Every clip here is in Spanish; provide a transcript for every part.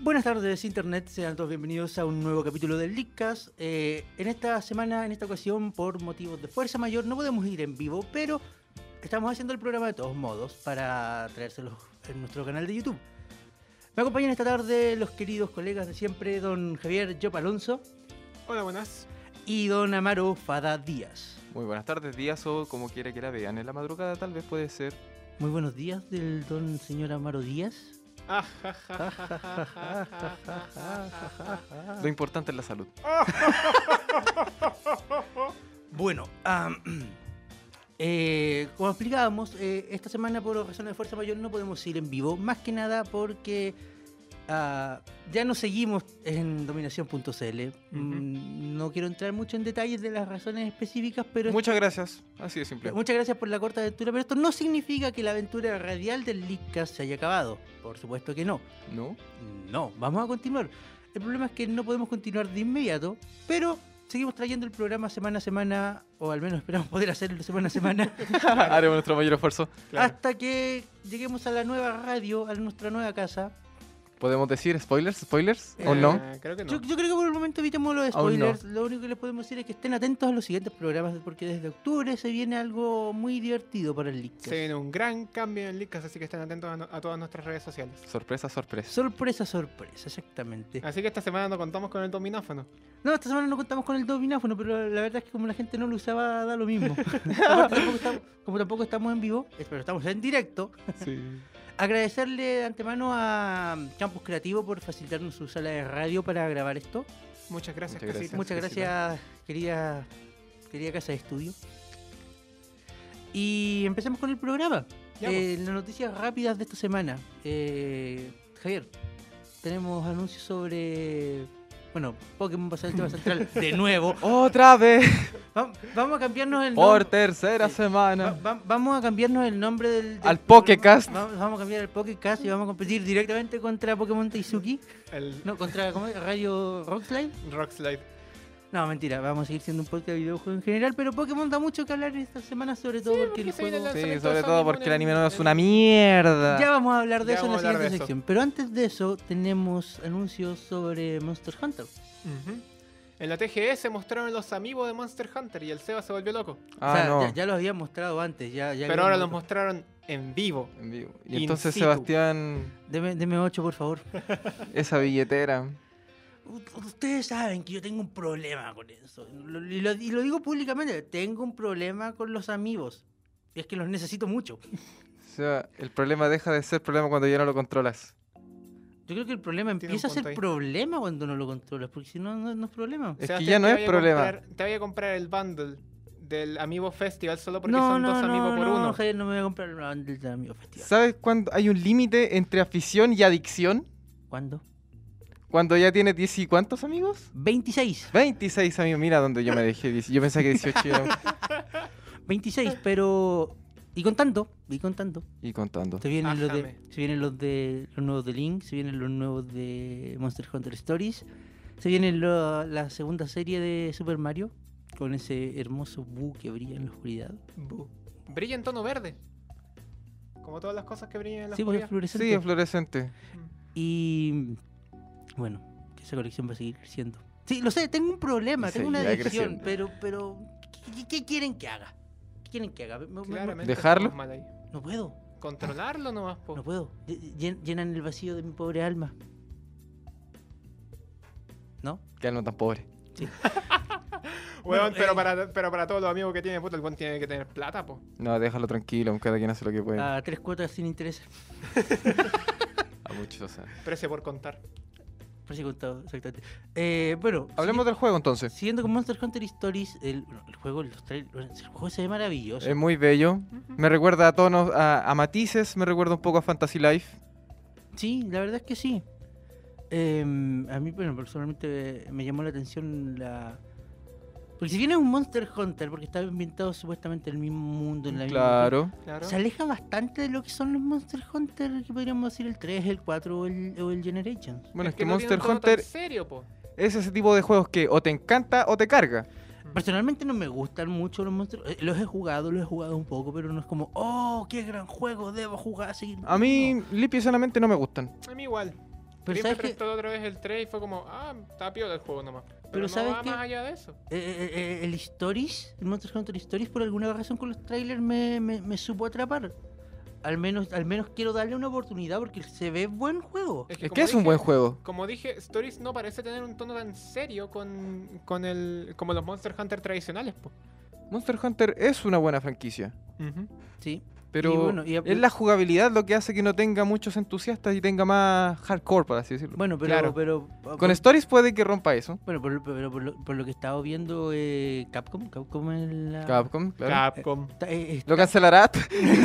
Buenas tardes Internet, sean todos bienvenidos a un nuevo capítulo del Leakcast. Eh, en esta semana, en esta ocasión, por motivos de fuerza mayor, no podemos ir en vivo, pero estamos haciendo el programa de todos modos para traérselos en nuestro canal de YouTube. Me acompañan esta tarde los queridos colegas de siempre, don Javier Yop Alonso Hola, buenas. y don Amaro Fada Díaz. Muy buenas tardes, días o como quiera que la vean. En la madrugada tal vez puede ser. Muy buenos días del don señor Amaro Díaz. Ah, Ah. Lo importante es la salud. Bueno, am, eh, como explicábamos, eh, esta semana por razones de fuerza mayor no podemos ir en vivo, más que nada porque ah, ya nos seguimos en dominación.cl. Mm, No quiero entrar mucho en detalles de las razones específicas, pero Muchas gracias. Así de simple. muchas gracias por la corta aventura, pero esto no significa que la aventura radial del Leadcast se haya acabado, por supuesto que no. ¿No? No, vamos a continuar. El problema es que no podemos continuar de inmediato, pero seguimos trayendo el programa semana a semana, o al menos esperamos poder hacerlo semana a semana, Haremos nuestro mayor esfuerzo. hasta que lleguemos a la nueva radio, a nuestra nueva casa. ¿Podemos decir spoilers? ¿Spoilers? ¿O no? Eh, creo que no. Yo, yo creo que por el momento evitemos los Aún no. spoilers. Lo único que les podemos decir es que estén atentos a los siguientes programas, porque desde octubre se viene algo muy divertido para el Leadcast. Se viene un gran cambio en Lickas, así que estén atentos a, no- a todas nuestras redes sociales. Sorpresa, sorpresa. Sorpresa, sorpresa, exactamente. Así que esta semana nos contamos con el dominófono. No, esta semana no contamos con el domináfono, pero la verdad es que como la gente no lo usaba, da lo mismo. Aparte, tampoco estamos- como tampoco estamos en vivo, eh, pero estamos en directo, Sí. agradecerle de antemano a Campus Creativo por facilitarnos su sala de radio para grabar esto. Muchas gracias, Muchas gracias. Casita. Muchas gracias, querida, querida casa de estudio. Y empecemos con el programa. Ya, Eh, las noticias rápidas de esta semana. Eh, Javier, tenemos anuncios sobre... Bueno, Pokémon va a ser el tema central de nuevo. Otra vez. Va- Vamos a cambiarnos el Por nombre. tercera Sí. semana. vamos a cambiarnos el nombre del. del Al Pokécast. programa. Vamos, vamos a cambiar el Pokécast y vamos a competir directamente contra Pokémon Taizuki. El No, contra ¿cómo es? Radio Rockslide. Rock Slide. No, mentira, vamos a seguir siendo un podcast de videojuegos en general, pero Pokémon da mucho que hablar esta semana, sobre todo porque, el porque se viene juego. la- Sí, lanzamiento sobre de todo Sonic porque el Boom anime en- no es en- una mierda. Ya vamos a hablar de Ya eso en la vamos a hablar siguiente de eso. sección. Pero antes de eso, tenemos anuncios sobre Monster Hunter. Ujú. En la TGS mostraron los amigos de Monster Hunter y el Seba se volvió loco. o Ah, sea, no. ya, ya los había mostrado antes, ya, ya Pero ahora los habíamos- mostraron en vivo. En vivo. In Y entonces situ. Sebastián, Deme, deme 8, por favor. esa billetera. U- Ustedes saben que yo tengo un problema con eso. Lo- y, lo, y lo digo públicamente, tengo un problema con los amigos. Y es que los necesito mucho. O sea, el problema deja de ser problema cuando ya no lo controlas. Yo creo que el problema Tiene un empieza a ser punto ahí. problema cuando no lo controlas, porque si no, no, no es problema. Es que Sebastián, ya te no voy es a problema. comprar- te voy a comprar el bundle del Amiibo Festival solo porque no, son no, dos no, amigos por no, uno. Javier, no me voy a comprar una bundle de amigos festival. ¿Sabes cuándo hay un límite entre afición y adicción? ¿Cuándo? Cuando ya tienes 10 y cuántos amigos? 26, 26 amigos, mira donde yo me dejé. dieci- Yo pensaba que 18 era- 26, pero... Y contando, y contando. Y contando. Se vienen, los de, Ájame. se vienen los de los nuevos de Link, se vienen los nuevos de Monster Hunter Stories, se viene lo- la segunda serie de Super Mario con ese hermoso bu que brilla en la oscuridad. Bu. Brilla en tono verde. Como todas las cosas que brillan en la Sí, porque es oscuridad. Mm, fluorescente. Sí, es fluorescente. y bueno, que esa colección va a seguir creciendo. Sí, lo sé, tengo un problema, tengo una Seguirá adicción, creciendo. pero, pero ¿qué- ¿qué, qué quieren que haga? ¿Qué quieren que haga? Me- me- me- Claramente ¿Dejarlo? estamos mal ahí. no puedo, Controlarlo nomás, po. no puedo. Lle- llen- Llenan el vacío de mi pobre alma. ¿No? Que no tan pobre. Weón, Bueno, pero, eh. para, pero para todos los amigos que tiene, puta, el buen tiene que tener plata, po. No, déjalo tranquilo, cada quien hace lo que puede. A tres cuotas sin interés. A muchos, o sea. Precio por contar. Por si contado, exactamente. Eh, bueno, Hablemos del juego sigui- entonces. siguiendo con Monster Hunter Stories, el, bueno, el juego, los trail- bueno, el juego se ve maravilloso. Es muy bello. Me recuerda a tonos, a, a matices, me recuerda un poco a Fantasy Life. Sí, la verdad es que sí. Em, a mí, bueno, personalmente eh, me llamó la atención la. Porque si bien es un Monster Hunter, porque está ambientado supuestamente en el mismo mundo, en la misma. Claro. Claro. Se aleja bastante de lo que son los Monster Hunter, que podríamos decir el 3, el 4 o el, o el Generations. Bueno, es que, no tiene Monster un tono Hunter tan serio, po. es ese tipo de juegos que o te encanta o te carga. Personalmente no me gustan mucho los Monster eh, Los he jugado, los he jugado un poco, pero no es como, oh, qué gran juego, debo jugar, seguir. A mí, No. limpiamente no me gustan. A mí igual. Pero Chris me sabes que eh, prestó la otra vez el 3 y fue como, ah, está piola el juego nomás. Pero, Pero no ¿sabes va qué? más allá de eso. eh, eh, el Stories, el Monster Hunter Stories, por alguna razón con los trailers me, me- me supo atrapar. Al menos, al menos quiero darle una oportunidad porque se ve buen juego. Es como que es un dije- buen juego. Como dije, Stories no parece tener un tono tan serio con, con el, como los Monster Hunter tradicionales. po. Monster Hunter es una buena franquicia. Sí. Pero bueno, y a- es la jugabilidad lo que hace que no tenga muchos entusiastas y tenga más hardcore, por así decirlo. Bueno, pero, Claro. pero Con Stories puede que rompa eso. bueno, por, lo- pero por lo, por lo que he estado viendo eh, Capcom, Capcom es la- Capcom, claro. Capcom. está- eh, está- Lo cancelará.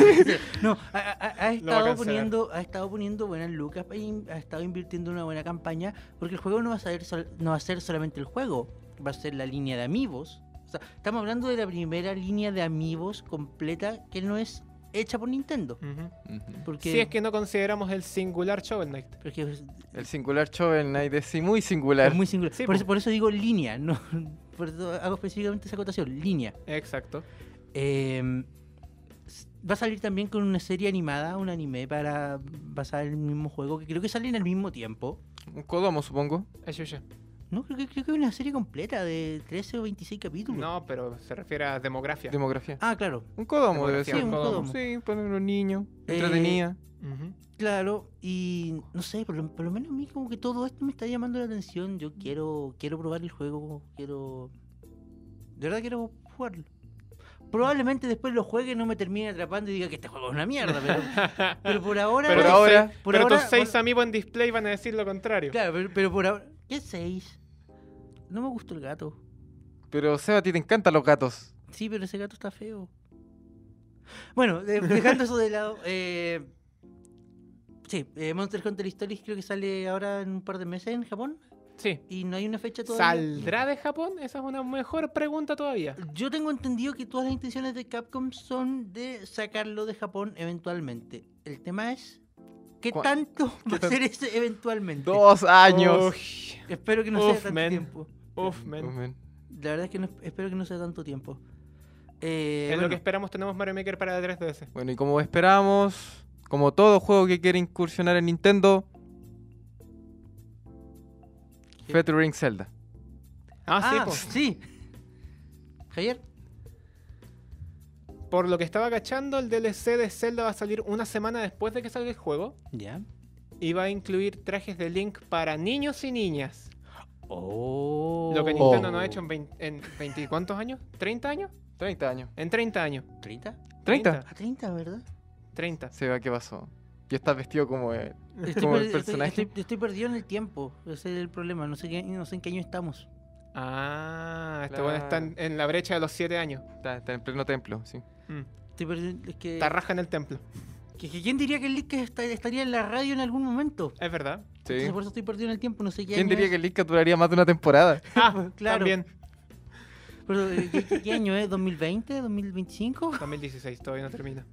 no, ha, ha- ha- ha Lo va a estado cancelar. poniendo, ha estado poniendo buenas lucas, ha in- ha estado invirtiendo en una buena campaña, porque el juego no va a ser, sol- no va a ser solamente el juego, va a ser la línea de amigos. O sea, estamos hablando de la primera línea de amigos completa que no es hecha por Nintendo. Ujú. Porque, Si es que no consideramos el singular Shovel Knight. porque es, El singular Shovel Knight es sí, muy singular. es muy singular. Sí, por, po. eso, por eso digo línea, no, por eso hago específicamente esa acotación, línea. Exacto. Eh, s- va a salir también con una serie animada, un anime para basar el mismo juego, que creo que salen al mismo tiempo. Un Kodomo, supongo. Ayuya. No, creo que, creo que es una serie completa de 13 o 26 capítulos. No, pero se refiere a demografía. Demografía. Ah, claro, Un Kodomo debe Demografía, ser. un Kodomo. Sí, para los niños. Eh, Entretenida. Ujú. claro. Y no sé, por lo, por lo menos a mí como que todo esto me está llamando la atención. Yo quiero, quiero probar el juego, quiero... De verdad quiero jugarlo. Probablemente después lo juegue, no me termine atrapando y diga que este juego es una mierda, pero, pero por ahora... Pero Por tus ahora- seis- por pero ahora- tus seis por- amigos en display van a decir lo contrario. Claro, pero, pero por ahora... ¿Qué 6? No me gustó el gato. Pero Seba, a ti te encantan los gatos. Sí, pero ese gato está feo. Bueno, de- dejando eso de lado. eh, sí, eh, Monster Hunter Stories creo que sale ahora en un par de meses en Japón. Sí. Y no hay una fecha todavía. ¿Saldrá de Japón? Esa es una mejor pregunta todavía. Yo tengo entendido que todas las intenciones de Capcom son de sacarlo de Japón eventualmente. El tema es. ¿Qué ¿Cuá- tanto va tan- a ser ese eventualmente? Dos oh, años. Uy, Espero que no sea Uf, tanto man. tiempo. Uf, Oh, man. man. La verdad es que no, espero que no sea tanto tiempo. Eh, En lo bueno, que esperamos tenemos Mario Maker para la 3DS. Bueno, y como esperamos, como todo juego que quiere incursionar en Nintendo, ¿Qué? featuring Zelda. Ah, ah, sí, sí. Javier. po. Por lo que estaba cachando, el DLC de Zelda va a salir una semana después de que salga el juego. Ya. Y va a incluir trajes de Link para niños y niñas. Oh. Lo que Nintendo no ha hecho en 20, en 20 ¿cuántos años? ¿30 años? 30 años. En 30 años. ¿30? 30. Ah, A 30, ¿verdad? 30. Seba, ¿qué pasó? Ya estás vestido como... eh, Estoy, Como el perdi- estoy- personaje. estoy- estoy perdido en el tiempo. Ese es el problema. No sé, qué- no sé en qué año estamos. Ah, este Claro. bueno está en, en la brecha de los 7 años. Está, está en pleno templo, sí. Mm. Estoy perdido. Es que, Está raja en el templo. que- que ¿Quién diría que el Lick esta- estaría en la radio en algún momento? Es verdad. sí. Entonces, por eso estoy perdido en el tiempo. No sé qué ¿Quién año diría es. que el Link duraría más de una temporada? Ah, Claro. también. Pero, eh, ¿qué, qué- qué año es? ¿2020? ¿2025? 2016 todavía no termina.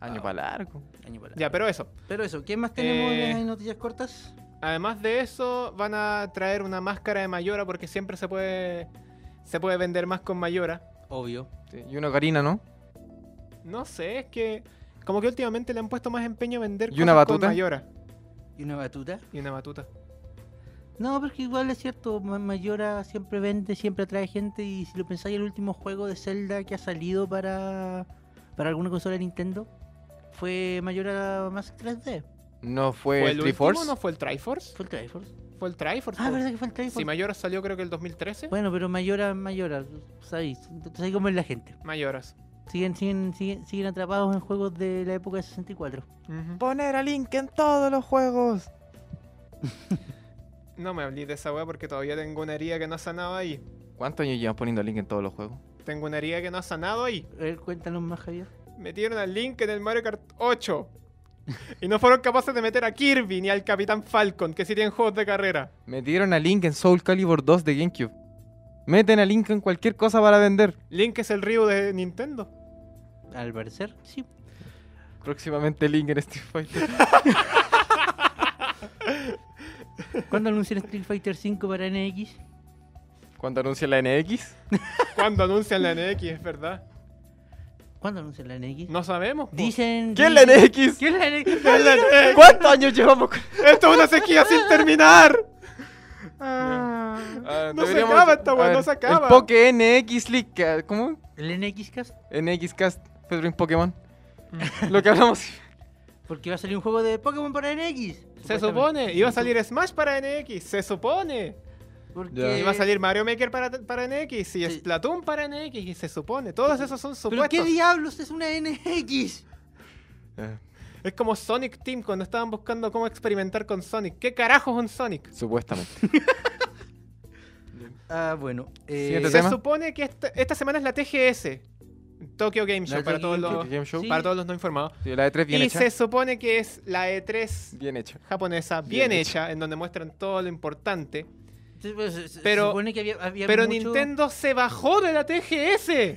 Año Ah. para largo. Año para- Ya, pero eso. Pero eso, ¿qué más tenemos Eh, en las noticias cortas? Además de eso, van a traer una máscara de Mayora porque siempre se puede se puede vender más con Mayora. Obvio. Sí, Y una ocarina, ¿no? No sé, es que como que últimamente le han puesto más empeño a vender ¿Y una cosas con batuta? Mayora ¿Y una batuta? y una batuta. No, pero es que igual es cierto, Ma- Mayora siempre vende, siempre atrae gente y si lo pensáis el último juego de Zelda que ha salido para, para alguna consola de Nintendo fue Mayora Mask 3D, No ¿Fue fue, el el último? Triforce. ¿No fue el Triforce? fue el Triforce. Fue el Triforce. Ah, po. verdad que fue el Triforce. Si Mayora salió creo que el 2013. Bueno, pero Mayora, Mayora, pues, sabéis, sabéis cómo es la gente. Mayoras. Siguen, siguen, siguen, siguen atrapados en juegos de la época de 64. Ujú. Poner a Link en todos los juegos. No me hablé de esa weá porque todavía tengo una herida que no ha sanado ahí. ¿Cuántos años llevas poniendo a Link en todos los juegos? Tengo una herida que no ha sanado ahí. A ver, cuéntanos más, Javier. Metieron al Link en el Mario Kart 8. Y no fueron capaces de meter a Kirby ni al Capitán Falcon, que sí tienen juegos de carrera. Metieron a Link en Soul Calibur 2 de GameCube. Meten a Link en cualquier cosa para vender. Link es el río de Nintendo. Al parecer, sí. Próximamente Link en este Street Fighter. ¿Cuándo anuncian Street Fighter 5 para NX? Cuando anuncien la NX. Cuando anuncian la NX, es verdad. ¿Cuándo anuncian la NX? No sabemos. po. Dicen. ¿Quién la NX? ¿Quién la NX? Es la NX. ¿Cuántos años llevamos con... Esto es una sequía sin terminar. Ah, No se deberíamos- acaba esta a weá, ver, no se acaba. El Poké NX League. ca- ¿Cómo? ¿El NXcast? NX Cast, Pedro en Pokémon. Mm. Lo que hablamos. Porque va a salir un juego de Pokémon para NX. Se supuestamente. supone, iba a salir Smash para NX, se supone. Porque... Ya. Iba a salir Mario Maker para, para NX y Sí. Splatoon para NX, y se supone. Todos esos son ¿Pero qué supuestos. diablos es una NX? Eh, Es como Sonic Team cuando estaban buscando cómo experimentar con Sonic. ¿Qué carajo es un Sonic? Supuestamente. Ah, bueno. eh, Siguiente Se tema. supone que esta, esta semana es la TGS. Tokyo Game Show La para, Tokyo todos los, Game Game Show. Sí. para todos los no informados. Sí, la de 3 bien y hecha. se supone que es la E3 Bien hecha. japonesa bien, Bien hecha, en donde muestran todo lo importante. se- pues, se- se pero- supone que había, había Pero mucho- Nintendo se bajó de la TGS.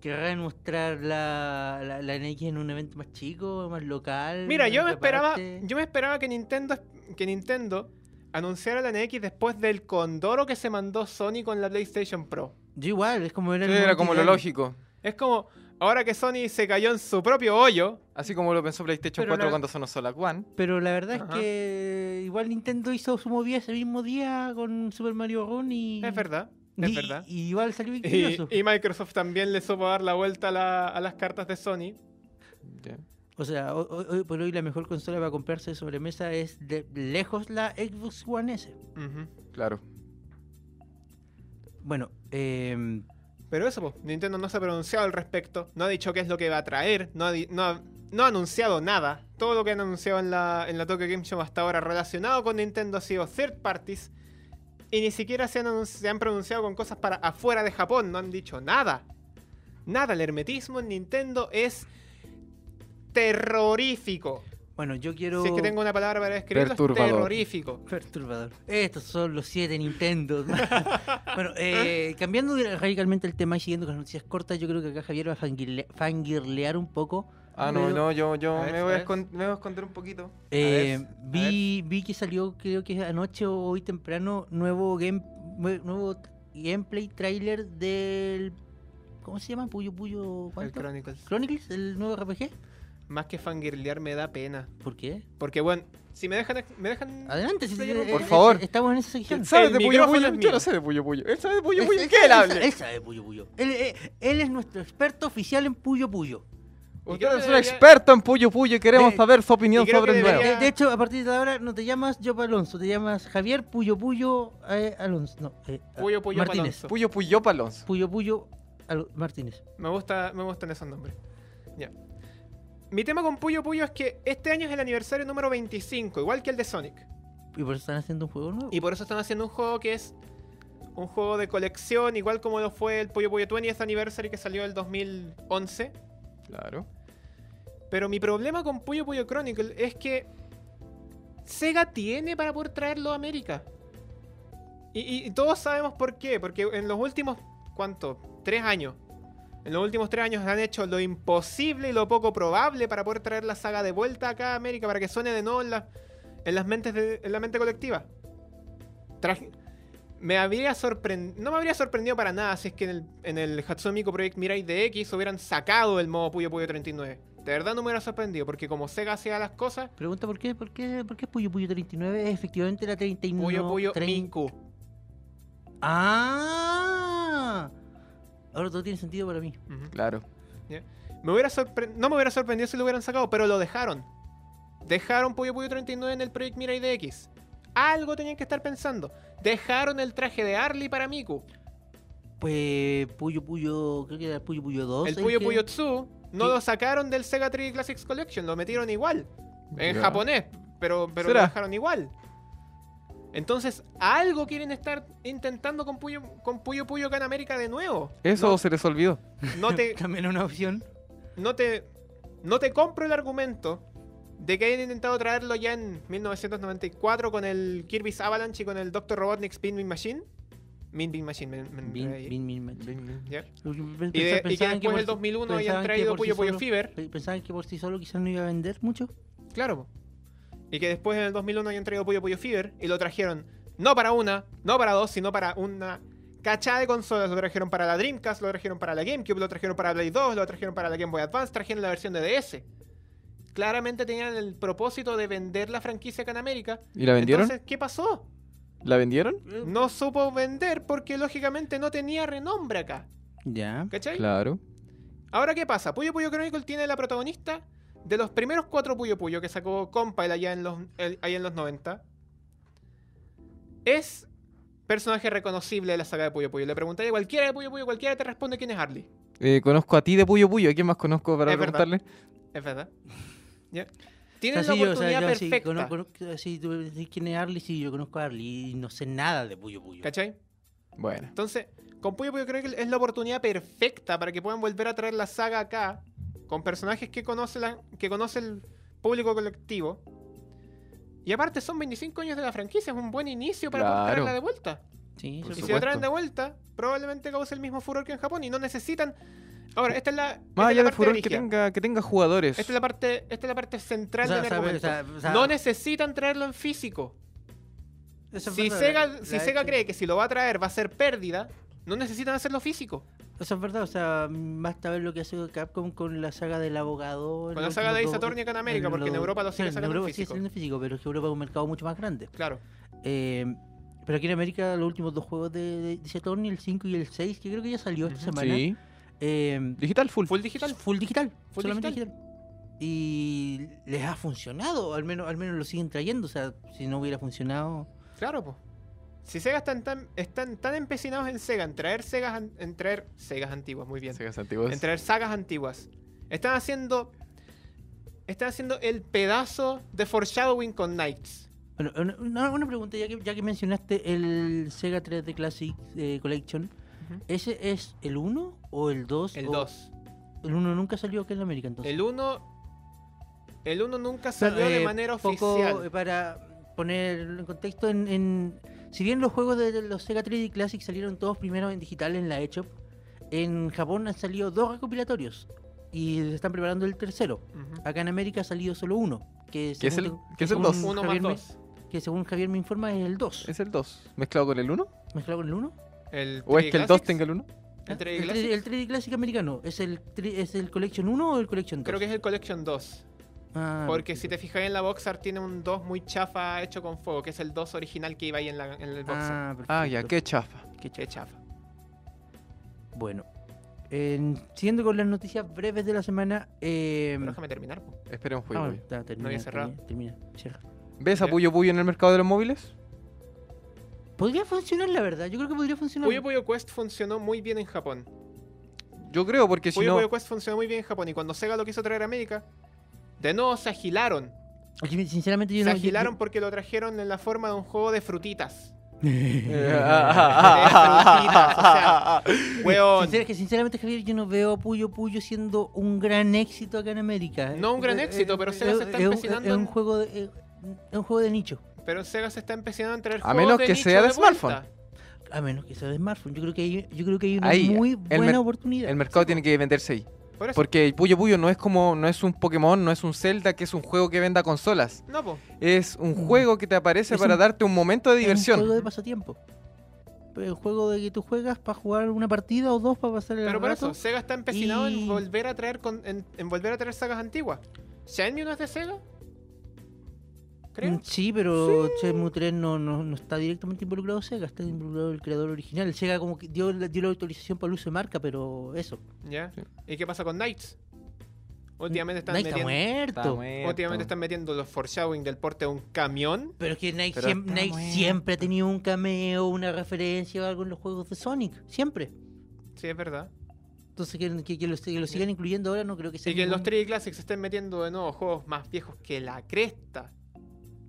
¿Querrán mostrar la, la, la NX en un evento más chico, más local? Mira, yo me más esperaba, aparte? yo me esperaba que Nintendo que Nintendo anunciara la NX después del condoro que se mandó Sony con la PlayStation Pro. Yo igual, es como era. Sí, el era momento como lo ideal. lógico. Es como ahora que Sony se cayó en su propio hoyo, Así como lo pensó PlayStation Pero 4 la- cuando sonó Solac One. Pero la verdad Ajá. es que igual Nintendo hizo su movida ese mismo día con Super Mario Run y. es verdad, y- es verdad. y igual salió victorioso. Y, y Microsoft también le supo dar la vuelta a, la- a las cartas de Sony. Ya. O sea, ho- ho- hoy por hoy la mejor consola para comprarse de sobremesa es de lejos la Xbox One S. Ujú. Claro. Bueno, eh, Pero eso, po, Nintendo no se ha pronunciado al respecto, no ha dicho qué es lo que va a traer, no ha, di- no ha- no ha anunciado nada. Todo lo que han anunciado en la, en la Tokyo Game Show hasta ahora relacionado con Nintendo ha sido third parties. Y ni siquiera se han, anun- se han pronunciado con cosas para afuera de Japón, no han dicho nada. Nada, el hermetismo en Nintendo es terrorífico. bueno, yo quiero. Si es que tengo una palabra para describirlo, es Perturbador. terrorífico. Perturbador. Estos son los siete Nintendo. bueno, eh, cambiando radicalmente el tema y siguiendo con las noticias cortas, yo creo que acá Javier va a fangirle- fangirlear un poco. Ah, no, Pero- no, yo, yo A ver, me, a voy a ver. escon- me voy a esconder un poquito. Eh, a ver, a vi, vi que salió, creo que anoche o hoy temprano, nuevo game, nue- nuevo t- gameplay trailer del. ¿Cómo se llama? Puyo Puyo. El ¿cuánto? Chronicles. Chronicles, el nuevo RPG. Más que fangirlear me da pena. ¿Por qué? Porque, bueno, si me dejan... ex- Me dejan Adelante, si Player eh, Unknown. Por favor. Estamos en esa sección. Él sabe de Puyo micrófono Puyo. es Yo mío. no sé de Puyo Puyo. Él sabe de Puyo Él- Puyo. él- ¿Qué él él sa- hable? Él sabe de Puyo Puyo. Él, eh, él es nuestro experto oficial en Puyo Puyo. Y creo Usted es que un debería- experto en Puyo Puyo y queremos Eh, saber su opinión y creo sobre que el nuevo. debería- De, de hecho, a partir de ahora no te llamas Job Alonso, te llamas Javier Puyo Puyo eh, Alonso. No, eh, ah, Puyo Puyo Martínez. Alonso. Puyo Puyo Palons. Puyo Puyo Alo- Martínez. Me, gusta, me gustan esos nombres. Ya. Mi tema con Puyo Puyo es que este año es el aniversario número 25, igual que el de Sonic. Y por eso están haciendo un juego nuevo. Y por eso están haciendo un juego que es un juego de colección, igual como lo fue el Puyo Puyo 20th Anniversary que salió el 2011. Claro. Pero mi problema con Puyo Puyo Chronicle es que Sega tiene para poder traerlo a América. Y, y- y todos sabemos por qué. Porque en los últimos, ¿cuánto? Tres años. En los últimos tres años han hecho lo imposible y lo poco probable para poder traer la saga de vuelta acá a América, para que suene de nuevo en, la- en las mentes de- en la mente colectiva. Traje- me habría sorprendido. No me habría sorprendido para nada si es que en el, en el Hatsumiko Project Mirai DX hubieran sacado el modo Puyo Puyo 39. De verdad no me hubiera sorprendido, porque como Sega hacía las cosas, Pregunta por qué, por qué, por qué Puyo Puyo 39 es efectivamente la 39. Puyo Puyo trein- Minku. Ah. Ahora todo tiene sentido para mí. Ujú. Claro. Me hubiera sorpre- no me hubiera sorprendido si lo hubieran sacado, pero lo dejaron. Dejaron Puyo Puyo 39 en el Project Mirai DX. Algo tenían que estar pensando. Dejaron el traje de Arly para Miku. Pues Puyo Puyo, creo que era Puyo Puyo 2. El ¿sabes Puyo qué? Puyo Tsu no Sí. lo sacaron del Sega 3D Classics Collection, lo metieron igual. En Ya. japonés, pero, pero lo ¿Será? dejaron igual. Entonces, algo quieren estar intentando con Puyo, con Puyo Puyo acá en América de nuevo. Eso se les olvidó. No te, También es una opción. no te, no te compro el argumento de que hayan intentado traerlo ya en 1994 con el Kirby's Avalanche y con el Dr. Robotnik Spin Bin Machine. Min Bin Machine, me, me enredé Bien, ahí. bien, bien. Ya. Pensaban- Y, de- y que pensaban después por del sí- 2001 pensaban hayan que traído por sí Puyo Puyo solo- Fever. pe- Pensaban que por sí solo quizás no iba a vender mucho. Claro. po. Y que después en el 2001 hayan traído Puyo Puyo Fever y lo trajeron no para una, no para dos, sino para una Cachada de consolas, lo trajeron para la Dreamcast, lo trajeron para la GameCube, lo trajeron para Play 2, lo trajeron para la Game Boy Advance, trajeron la versión de DS. Claramente tenían el propósito de vender la franquicia acá en América. ¿Y la vendieron? Entonces, ¿qué pasó? ¿La vendieron? No supo vender porque lógicamente no tenía renombre acá. Ya. ¿Cachai? Claro. Ahora, ¿qué pasa? Puyo Puyo Chronicle tiene la protagonista de los primeros cuatro Puyo Puyo que sacó Compile allá en los, el- allá en los 90. Es personaje reconocible de la saga de Puyo Puyo. Le preguntáis a cualquiera de Puyo Puyo, cualquiera te responde quién es Harley. Eh, conozco a ti de Puyo Puyo. ¿A quién más conozco para Es verdad. preguntarle? Es verdad. ¿Ya? O sea, Tienes sí, la yo, o sea, oportunidad yo sí perfecta. conozco- conozco- sí, tú me decís quién es Harley, sí, yo conozco a Harley y no sé nada de Puyo Puyo. ¿Cachai? Bueno. Entonces, con Puyo Puyo creo que es la oportunidad perfecta para que puedan volver a traer la saga acá, con personajes que conoce, la- que conoce el público colectivo. Y aparte son 25 años de la franquicia, es un buen inicio para poder Claro. traerla de vuelta. Sí, eso- Por y si supuesto. la traen de vuelta, probablemente cause el mismo furor que en Japón y no necesitan... Ahora, esta es la... esta Más es la allá del parte furor que brígida. tenga, que tenga jugadores. Esta es la parte, esta es la parte central O sea, de mi sabe- argumento. o sea, o sea- no necesitan traerlo en físico. eso es Si verdad, Sega, la- si la- Sega cree que si lo va a traer va a ser pérdida, no necesitan hacerlo físico. Eso es verdad, o sea, basta ver lo que hace Capcom con la saga del abogado. Con los la saga últimos de dos- Ace Attorney acá en América, porque en los- Europa lo sigue claro, en sacando en Europa sigue físico. sacando en físico, pero es que Europa es un mercado mucho más grande. Claro. Eh, pero aquí en América los últimos dos juegos de, de, de Ace Attorney, el 5 y el 6, que creo que ya salió esta Ujú. semana. Sí. eh, Digital full. Full digital. Full digital. Full solamente digital. Y les ha funcionado, al menos, al menos lo siguen trayendo. O sea, si no hubiera funcionado. Claro, pues. Si Sega están tan, están tan empecinados en Sega, en traer Segas, an- en traer Segas antiguas, muy bien. Segas antiguos. En traer sagas antiguas. Están haciendo. Están haciendo el pedazo de foreshadowing con Knights. Bueno, una- una, una pregunta, ya que, ya que mencionaste el Sega 3D Classic eh, Collection, Ujú. ¿ese es el 1 o el 2? El O- 2. El 1 nunca salió aquí en América entonces. El 1. El 1 nunca Pero, salió de eh, manera poco, eh, oficial. Para ponerlo en contexto, en, en- si bien los juegos de los Sega 3D Classic salieron todos primero en digital en la eShop, en Japón han salido dos recopilatorios y se están preparando el tercero. Ujú. Acá en América ha salido solo uno. Que ¿Qué es según el- tengo- qué es el según dos? Javier Uno más me- dos. Que según Javier me informa es el 2. ¿Es el 2? ¿Mezclado con el 1? ¿Mezclado con el 1? El ¿O es que el 2 Classics, tenga el 1? el 3D el, 3D, Classics. el 3D Classic americano. ¿Es el, tri- ¿Es el Collection 1 o el Collection 2? Creo que es el Collection 2. Ah, Porque si te fijas en la box art tiene un 2 muy chafa hecho con fuego, que es el 2 original que iba ahí en, la, en el box art. Ah, Ah, ya, perfecto. qué chafa. Qué chafa. Bueno, en- siguiendo con las noticias breves de la semana. eh, Pero déjame terminar. po. Espera un ah, juego. bueno, está, termina, había cerrado. termina, termina, cierra. ¿Ves a Ya. Puyo Puyo en el mercado de los móviles? Podría funcionar, la verdad. Yo creo que podría funcionar. Puyo Puyo Quest funcionó muy bien en Japón. Yo creo, porque si Puyo no. Puyo Quest funcionó muy bien en Japón. Y cuando Sega lo quiso traer a América, de nuevo se agilaron. Oye, sinceramente, yo no. Se yo- agilaron porque lo trajeron en la forma de un juego de frutitas. Eh, ah, ah, ah, ah, ah, ah, Weón. Sincer- que sinceramente, Javier, yo no veo a Puyo Puyo siendo un gran éxito acá en América. No un gran Eh, éxito, eh, pero Sega eh, se está es un- empecinando Es un en- juego de, eh, es un juego de nicho. Pero Sega se está empezando a traer A juegos menos de que nicho sea de vuelta. smartphone. A menos que sea de smartphone. Yo creo que hay, yo creo que hay una Ahí, muy el buena mer- oportunidad. El mercado tiene que venderse ahí. Por eso. Porque el Puyo Puyo no es como. No es un Pokémon, no es un Zelda, que es un juego que venda consolas. No, po. Es un Mm. juego que te aparece Es para un- darte un momento de Es un diversión. juego de pasatiempo. Pero el juego de que tú juegas para jugar una partida o dos para pasar el Pero por rato. eso, Sega está empecinado Y- en volver a traer con- en, en volver a traer sagas antiguas. ¿Shenmue no es de Sega? Mm, Creo. Sí, pero Shenmue 3 no, no, no está directamente involucrado Sega, está involucrado el creador original. El Sega como que dio, la- dio la autorización para el uso de marca, pero eso. Ya. Sí. ¿Y qué pasa con Knights? Últimamente están Nike está metiendo. muerto. últimamente están metiendo los foreshadowing del porte de un camión. Pero es que Nike, Pero siem- está Nike muerto. siempre ha tenido un cameo, una referencia o algo en los juegos de Sonic. Siempre. Sí, es verdad. Entonces que, que- que lo, que lo sigan incluyendo ahora no creo que sea... y que en los ningún- 3D Classics estén metiendo de nuevo juegos más viejos que la cresta.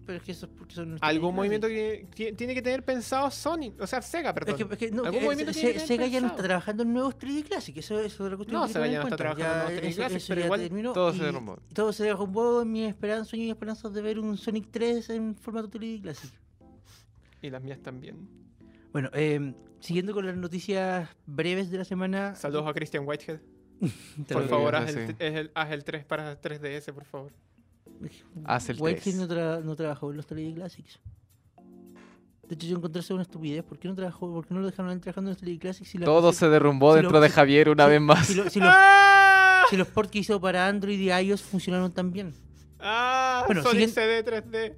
Pero es que eso es porque son... Algún movimiento que que tiene que tener pensado Sonic. O sea, Sega, perdón. Es que, es que no, Algún eh, movimiento se- tiene que tener Sega ya no pensado. está trabajando en nuevos 3D Classic, eso eso es otra cuestión. No, que hay que tener Sega ya en no está cuenta. trabajando en nuevos 3D eso- Classic, eso pero ya igual terminó todo se y derrumbó. Todo se derrumbó en mis esperanzas, sueños y esperanzas de ver un Sonic 3 en formato 3D Classic. Y las mías también. Bueno, eh, siguiendo con las noticias breves de la semana. eh, Saludos a Christian Whitehead. Te Por lo- favor, haz Sí. el, es el- haz el 3 para 3DS, por favor. Haz el Whitehead 3. no, tra- no trabajó en los 3D Classics. De hecho, yo encontré eso una estupidez. ¿Por qué no, trabajó, por qué no lo dejaron a él trabajando en Atari Classics? Si la- Todo si- se derrumbó si lo- dentro de si- Javier una si- vez más. Si, lo- si, lo- ¡Ah! si los ports que hizo para Android y iOS funcionaron tan bien. ¡Ah! Bueno, Sonic siguiente- CD 3D.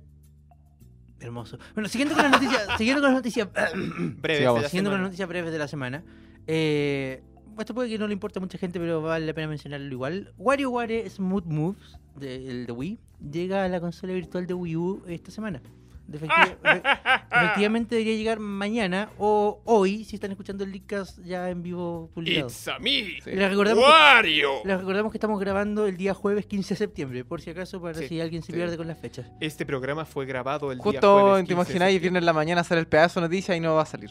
Hermoso. Bueno, siguiendo con las noticias, siguiendo con las noticias, Breve. Sigamos. siguiendo con de la las semana. noticias breves de la semana. eh, esto puede que no le importe a mucha gente, pero vale la pena mencionarlo igual. WarioWare Smooth Moves, de- el de Wii, llega a la consola virtual de Wii U esta semana. De efecti- efe- efectivamente debería llegar mañana o hoy, si están escuchando el Leadcast ya en vivo publicado. It's a me. Sí. Les recordamos que- Wario. Les recordamos que estamos grabando el día jueves 15 de septiembre, por si acaso, para Sí, si alguien se sí. pierde con las fechas. Este programa fue grabado el día Justo jueves te 15 de imagináis, viene en la mañana a hacer el pedazo de noticia y no va a salir.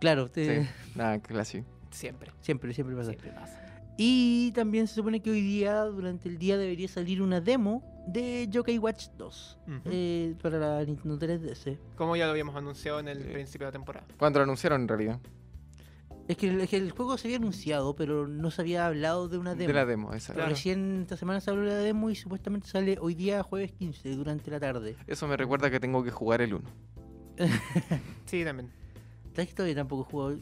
Claro, te- Sí. Nada, clásico. septiembre. Siempre. siempre, siempre pasa. Siempre pasa. Y también se supone que hoy día, durante el día, debería salir una demo de Jockey Watch 2 Ujú. eh, para la Nintendo 3DS. Como ya lo habíamos anunciado en el Sí. principio de la temporada. Cuando lo anunciaron en realidad. Es que, el, es que el juego se había anunciado, pero no se había hablado de una demo. De la demo, esa. Pero Recién esta semana se habló de la demo y supuestamente sale hoy día, jueves 15, durante la tarde. Eso me recuerda que tengo que jugar el 1. Sí, también. ¿Sabes que todavía tampoco jugué?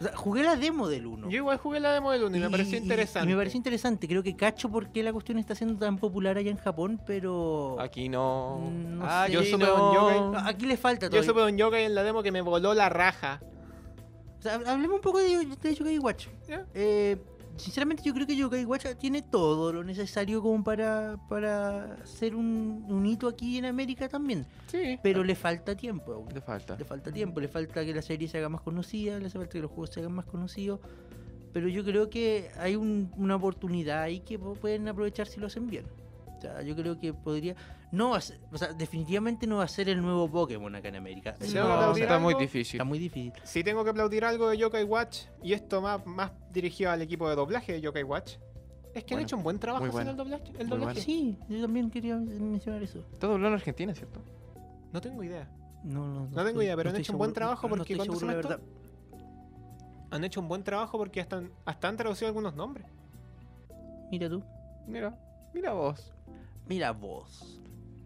O sea, jugué la demo del 1. Yo igual jugué la demo del 1 y me pareció interesante. y me pareció interesante. Creo que cacho por qué la cuestión está siendo tan popular allá en Japón, pero. Aquí no. Oh. Mm, No ah, sé. yo Sí, supe no, un No, Ah. yoga. Aquí le falta Yo todavía. supe de un yoga en la demo que me voló la raja. O sea, hablemos un poco de, de Yokai Watch. Ya. Eh, sinceramente, yo creo que Yokai Watch tiene todo lo necesario como para, para ser un, un hito aquí en América también. Sí. Ah. Pero le falta tiempo aún. Te falta. Le falta tiempo, le falta que la serie se haga más conocida, le hace falta que los juegos se hagan más conocidos. Pero yo creo que hay un- una oportunidad ahí que po- pueden aprovechar si lo hacen bien. O sea, yo creo que podría. No va a ser- o sea, definitivamente no va a ser el nuevo Pokémon acá en América. No, Sí, no, o sea, No, aplaudir está muy algo. difícil. está muy difícil. Si tengo que aplaudir algo de Yokai Watch, y esto más, más dirigido al equipo de doblaje de Yokai Watch, es que han Bueno, hecho un buen trabajo muy haciendo el doblaje. el muy doblaje. bueno. Sí, yo también quería mencionar eso. Todo doblado en Argentina, ¿cierto? No tengo idea. No, no, No tengo idea, pero han estoy hecho un buen seguro- trabajo porque estoy ¿cuánto se seguro, llama la esto? Han hecho un buen trabajo porque hasta han, hasta han traducido algunos nombres. verdad. Mira tú. Mira, mira vos. Mira vos.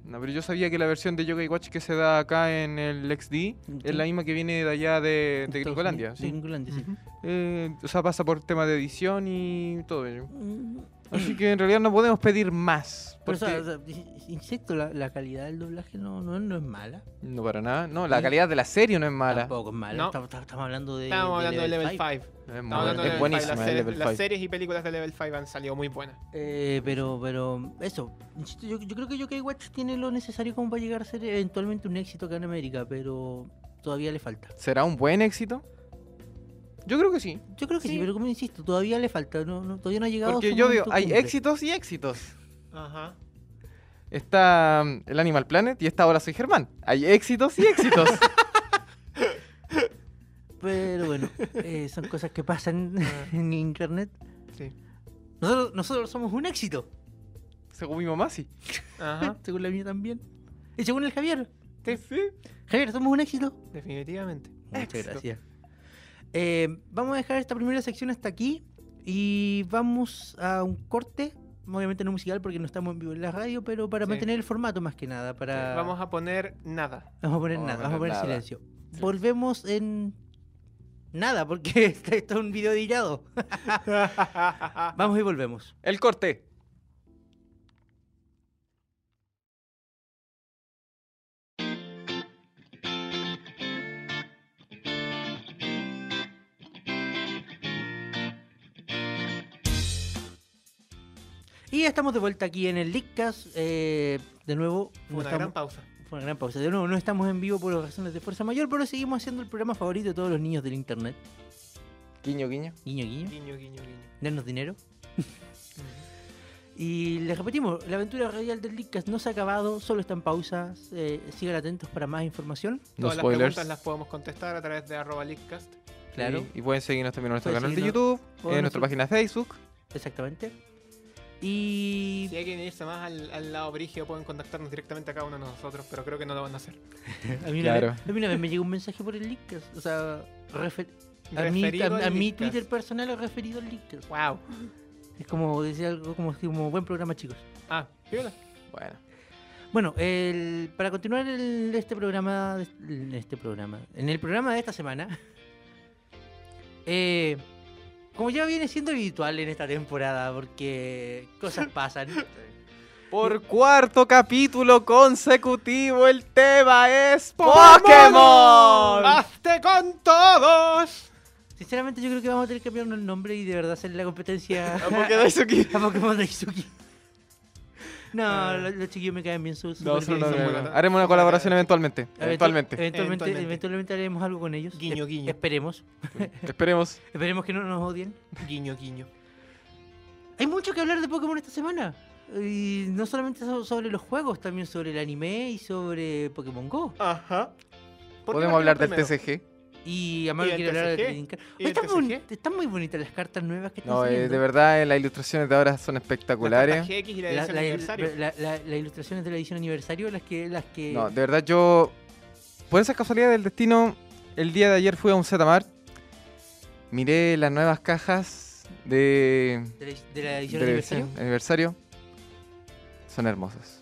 No, pero yo sabía que la versión de Yoga y Watch que se da acá en el XD es la misma que viene de allá de, de Estados Gringolandia. Unidos, de ¿sí? Gringolandia, sí. Ujú. Eh, o sea, pasa por tema de edición y todo ello. Mm, Así que en realidad no podemos pedir más. Pero, o sea, porque- o sea, i- insisto, la, la calidad del doblaje no, no, no es mala. No, para nada. No, la Sí. calidad de la serie no es mala. ¿eh? Tampoco es mala. No. Estamos, estamos- estamos hablando de. Estábamos hablando de Level 5. No es Estamos mala. hablando de Level Es 5. buenísima Las, el series, Level las 5. series y películas de Level 5 han salido muy buenas. Eh, pero, pero, eso. Insisto, yo, yo creo que Yokai Watch tiene lo necesario como para llegar a ser eventualmente un éxito acá en América, pero todavía le falta. ¿Será un buen éxito? Yo creo que sí. Yo creo que sí, Sí. pero como insisto, todavía le falta. No, no- todavía no ha llegado. Porque su yo digo, momento hay cumbre. éxitos y éxitos. Ajá. Está mm, el Animal Planet y está Ahora Soy Germán. Hay éxitos y éxitos. Pero bueno, eh, son cosas que pasan Ah. en internet. Sí. Nosotros, nosotros somos un éxito, Según mi mamá, sí. Ajá. según la mía también. Y según el Javier. Sí, sí. Javier, somos un éxito. Definitivamente. Muchas Éxito. gracias. Eh, vamos a dejar esta primera sección hasta aquí y vamos a un corte. Obviamente no musical porque no estamos en vivo en la radio, pero para Sí. mantener el formato más que nada. Para... Vamos a poner nada. Vamos a poner Vamos a nada, vamos a poner poner nada. silencio. Volvemos en nada, porque esto es un video editado. Vamos y volvemos. El corte. Y estamos de vuelta aquí en el Leadcast. eh, de nuevo, Fue no una gran estamos- pausa. fue una gran pausa. De nuevo, no estamos en vivo por razones de fuerza mayor, pero seguimos haciendo el programa favorito de todos los niños del internet. Guiño, guiño. Guiño, guiño, Guiño, guiño, guiño. denos dinero. Y les repetimos, la aventura radial del Leadcast no se ha acabado, solo está en pausa. eh, sigan atentos para más información. No Todas las spoilers. preguntas las podemos contestar a través de arroba leakcast. Claro. Y, y pueden seguirnos también en nuestro Pueden canal de seguirnos YouTube, por en nuestra nuestro- página de Facebook. Exactamente. Y Si hay que irse más al, al lado brigio, pueden contactarnos directamente a cada uno de nosotros, pero creo que no lo van a hacer. A mí, una Claro. vez, a mí una vez me llegó un mensaje por el Leakcast. O sea, refer- a, mi, Referido al a- a mi Leakcast. Twitter personal es referido al Leakcast. Wow. Es como decir algo como, así como buen programa, chicos. Ah, piola. Bueno. Bueno, el- para continuar el- este programa, en este programa, en el programa de esta semana, eh, como ya viene siendo habitual en esta temporada, porque cosas pasan. Por cuarto capítulo consecutivo, el tema es ¡Pokémon! Pokémon. ¡Hazte con todos! Sinceramente, yo creo que vamos a tener que cambiarnos el nombre y de verdad hacer la competencia ¿A Poké Daisuke? a Pokémon Daisuke. No, los, los chiquillos me caen bien sus. Ah. No, superbién. solo no, son no, muy no. buenas. Haremos una colaboración eventualmente. Eventu- Eventualmente. Eventualmente, Eventualmente. eventualmente haremos algo con ellos. Guiño, Es- guiño. Esperemos. Esperemos. Esperemos que no nos odien. Guiño, guiño. Hay mucho que hablar de Pokémon esta semana. Y no solamente so- sobre los juegos, también sobre el anime y sobre Pokémon Go. Ajá. ¿Por qué Podemos partimos hablar del primero? TCG. Y Amaro ¿Y el quiere hablar de TCG? Trading Card. ¿Y Oye, el están, TCG? boni- están muy bonitas las cartas nuevas que están No, eh, saliendo. de verdad, eh, las ilustraciones de ahora son Las espectaculares. tarjetas X y la La- edición la- aniversario. la- la- Las ilustraciones de la edición aniversario, las que... Las que... No, de verdad yo. Por esa casualidad del destino, el día de ayer fui a un Zetamar. Miré las nuevas cajas de. de la, de la edición de aniversario. aniversario. Son hermosas.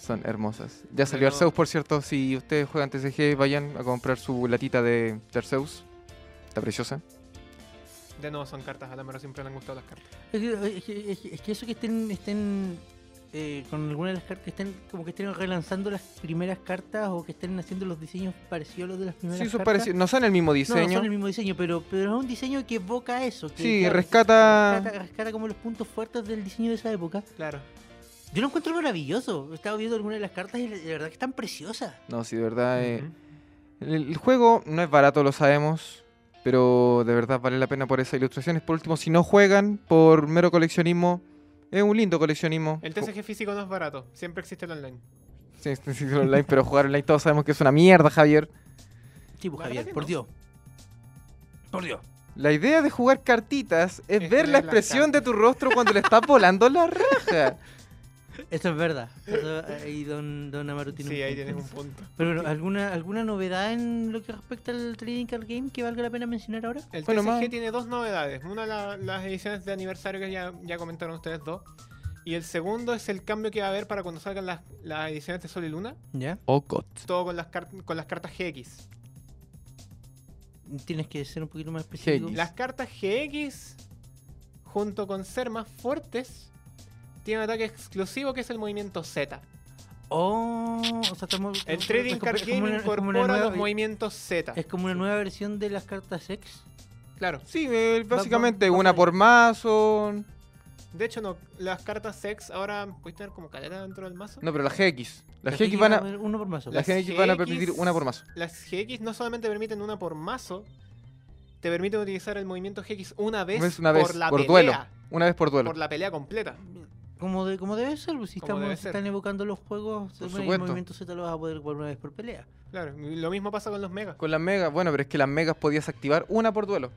Son hermosas. Ya salió Pero- Arceus, por cierto. Si ustedes juegan TCG, vayan a comprar su latita de, de Arceus. Está preciosa. De nuevo son cartas, a la mero siempre le han gustado las cartas. Es que, es que- es que- es que eso que estén, estén eh, con alguna de las cartas, que estén como que estén relanzando las primeras cartas o que estén haciendo los diseños parecidos a los de las primeras Sí, son cartas. parecidos. No son el mismo No, no diseño. son el mismo diseño, pero, pero es un diseño que evoca eso. Que, Sí, claro, rescata- rescata. rescata como los puntos fuertes del diseño de esa época. Claro. Yo lo encuentro maravilloso. Estaba viendo algunas de las cartas y la- de verdad que están preciosas. No, sí, de verdad. eh, Ujú. El, el juego no es barato, lo sabemos, pero de verdad vale la pena por esas ilustraciones. Por último, si no juegan por mero coleccionismo, es un lindo coleccionismo. El Ju- TCG físico no es barato, siempre existe el online. Sí, sí, sí, online, pero jugar online todos sabemos que es una mierda, Javier. Sí, pues, ¿Verdad Javier, que por no? Dios. Por Dios. La idea de jugar cartitas es, Es ver tener la las expresión de tu rostro cuando le estás volando la raja. Eso es verdad. Eso- ahí don, don Amaru tiene Sí, un ahí punto. tienes un punto. Pero bueno, ¿alguna, ¿alguna novedad en lo que respecta al Trading Card Game que valga la pena mencionar ahora? El Bueno, TCG más- tiene dos novedades. Una, la- las ediciones de aniversario que ya, ya comentaron ustedes dos. Y el segundo es el cambio que va a haber para cuando salgan las, las ediciones de Sol y Luna. ¿Ya? Oh, God. Todo con las, car- con las cartas GX. Tienes que ser un poquito más específico. Genius. Las cartas GX, junto con ser más fuertes, tienen un ataque exclusivo que es el movimiento Z. Oh, o sea, estamos... El es Trading como- Card es como Game una- es como una incorpora nueva- los movimientos Ah, Z. Es como una nueva versión de las cartas X. Claro. Sí, eh, básicamente va por una ahí. por mazo. De hecho, no, las cartas sex ahora puedes tener como caleta dentro del mazo. No, pero las GX. Las Las GX van a, haber Uno por mazo. las Las GX van a permitir GX. una por mazo. Las GX no solamente permiten una por mazo, te permiten utilizar el movimiento GX una vez, Es una por vez la por pelea. duelo. Una vez por duelo. Por la pelea completa. Como, de, como debe ser, pues, si Como estamos, debe si ser. están evocando los juegos, Por bueno, el supuesto. movimiento Z lo vas a poder jugar una vez por pelea. Claro, y lo mismo pasa con los megas. Con las megas, bueno, pero es que las megas podías activar una por duelo.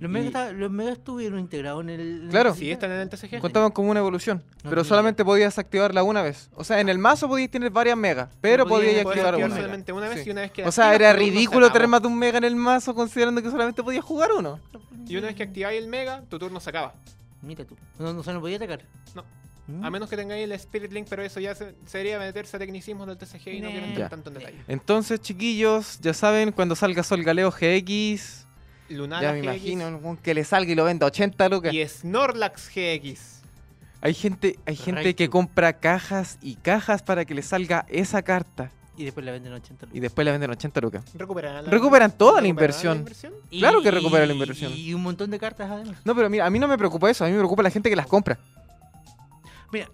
Los, Y- megas, está- los megas estuvieron integrados en el... en Claro. el- Sí, están en el TCG. Contaban como una evolución, pero tenía solamente podías activarla una vez. O sea, en el mazo podías tener varias megas, pero podías Puedes podías podías activar activar una. solamente una vez Sí. y una vez que O sea, activas era tu turno se ridículo tener acabó. más de un mega en el mazo considerando que solamente podías jugar uno. Y una vez que activáis el mega, tu turno se acaba. pues, Mira tú. No, no, o sea, no podía atacar. No. Mm. A menos que tengáis el Spirit Link, pero eso ya se- sería meterse a tecnicismos del TCG y no Nah. quiero Ya. entrar tanto en detalle. Entonces, chiquillos, ya saben, cuando salga Sol Galeo GX, Lunala ya me GX imagino un que le salga y lo venda a 80 lucas. y Snorlax GX. Hay gente, hay gente que Raichu. compra cajas y cajas para que le salga esa carta Y después la venden en 80 lucas. y después la venden a 80 lucas. Recuperan, la- Recuperan toda la ¿recuperarán Y- claro que recupera la inversión. Y un montón de cartas además. No, pero mira, a mí no me preocupa eso, a mí me preocupa la gente que las compra. Mira,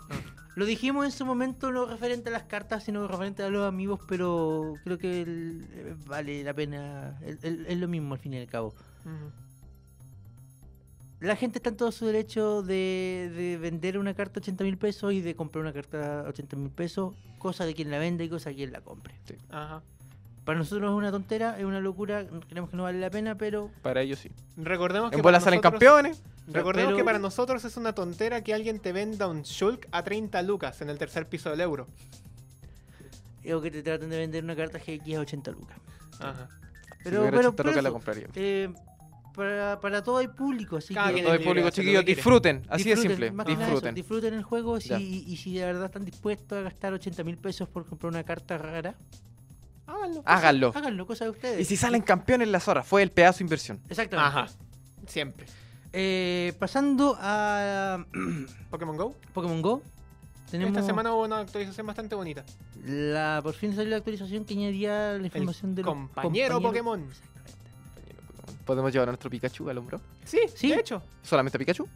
lo dijimos en su momento no referente a las cartas, sino referente a los amigos, pero creo que el- eh, vale la pena. el- el- Es lo mismo al fin y al cabo. Ujú. La gente está en todo su derecho de, de vender una carta a 80 mil pesos y de comprar una carta a 80 mil pesos, cosa de quien la vende y cosa de quien la compre. Ajá. Para nosotros es una tontera, es una locura, creemos que no vale la pena, pero Para ellos sí. Recordemos que En bola para salen nosotros- campeones. Recordemos Pero- que para nosotros es una tontera que alguien te venda un Shulk a 30 lucas en el tercer piso del euro. es que te traten de vender una carta GX a 80 lucas. Ajá. Pero, tuviera pero, pero 80 lucas este la eso, compraría. eh, para, para todo hay público, así Cada que quien Todo el libre público, de hacer lo chiquillos, que quiere. disfruten. Así de disfruten, simple. más que nada eso, Disfruten. disfruten el juego si, Ya. y, y si de verdad están dispuestos a gastar 80 mil pesos por comprar una carta rara, háganlo. cosa- Háganlo. Háganlo, cosa de ustedes. Y si salen campeones las horas, fue el pedazo de inversión. Exactamente. Ajá. Siempre. Eh, pasando a Pokémon Go. Pokémon Go. Tenemos Esta semana hubo una actualización bastante bonita. la, por fin salió la actualización que añadía la El información de los compañero compañeros. Pokémon. Exactamente. ¿Podemos llevar a nuestro Pikachu al hombro? Sí, Sí. de hecho. ¿Solamente a Pikachu?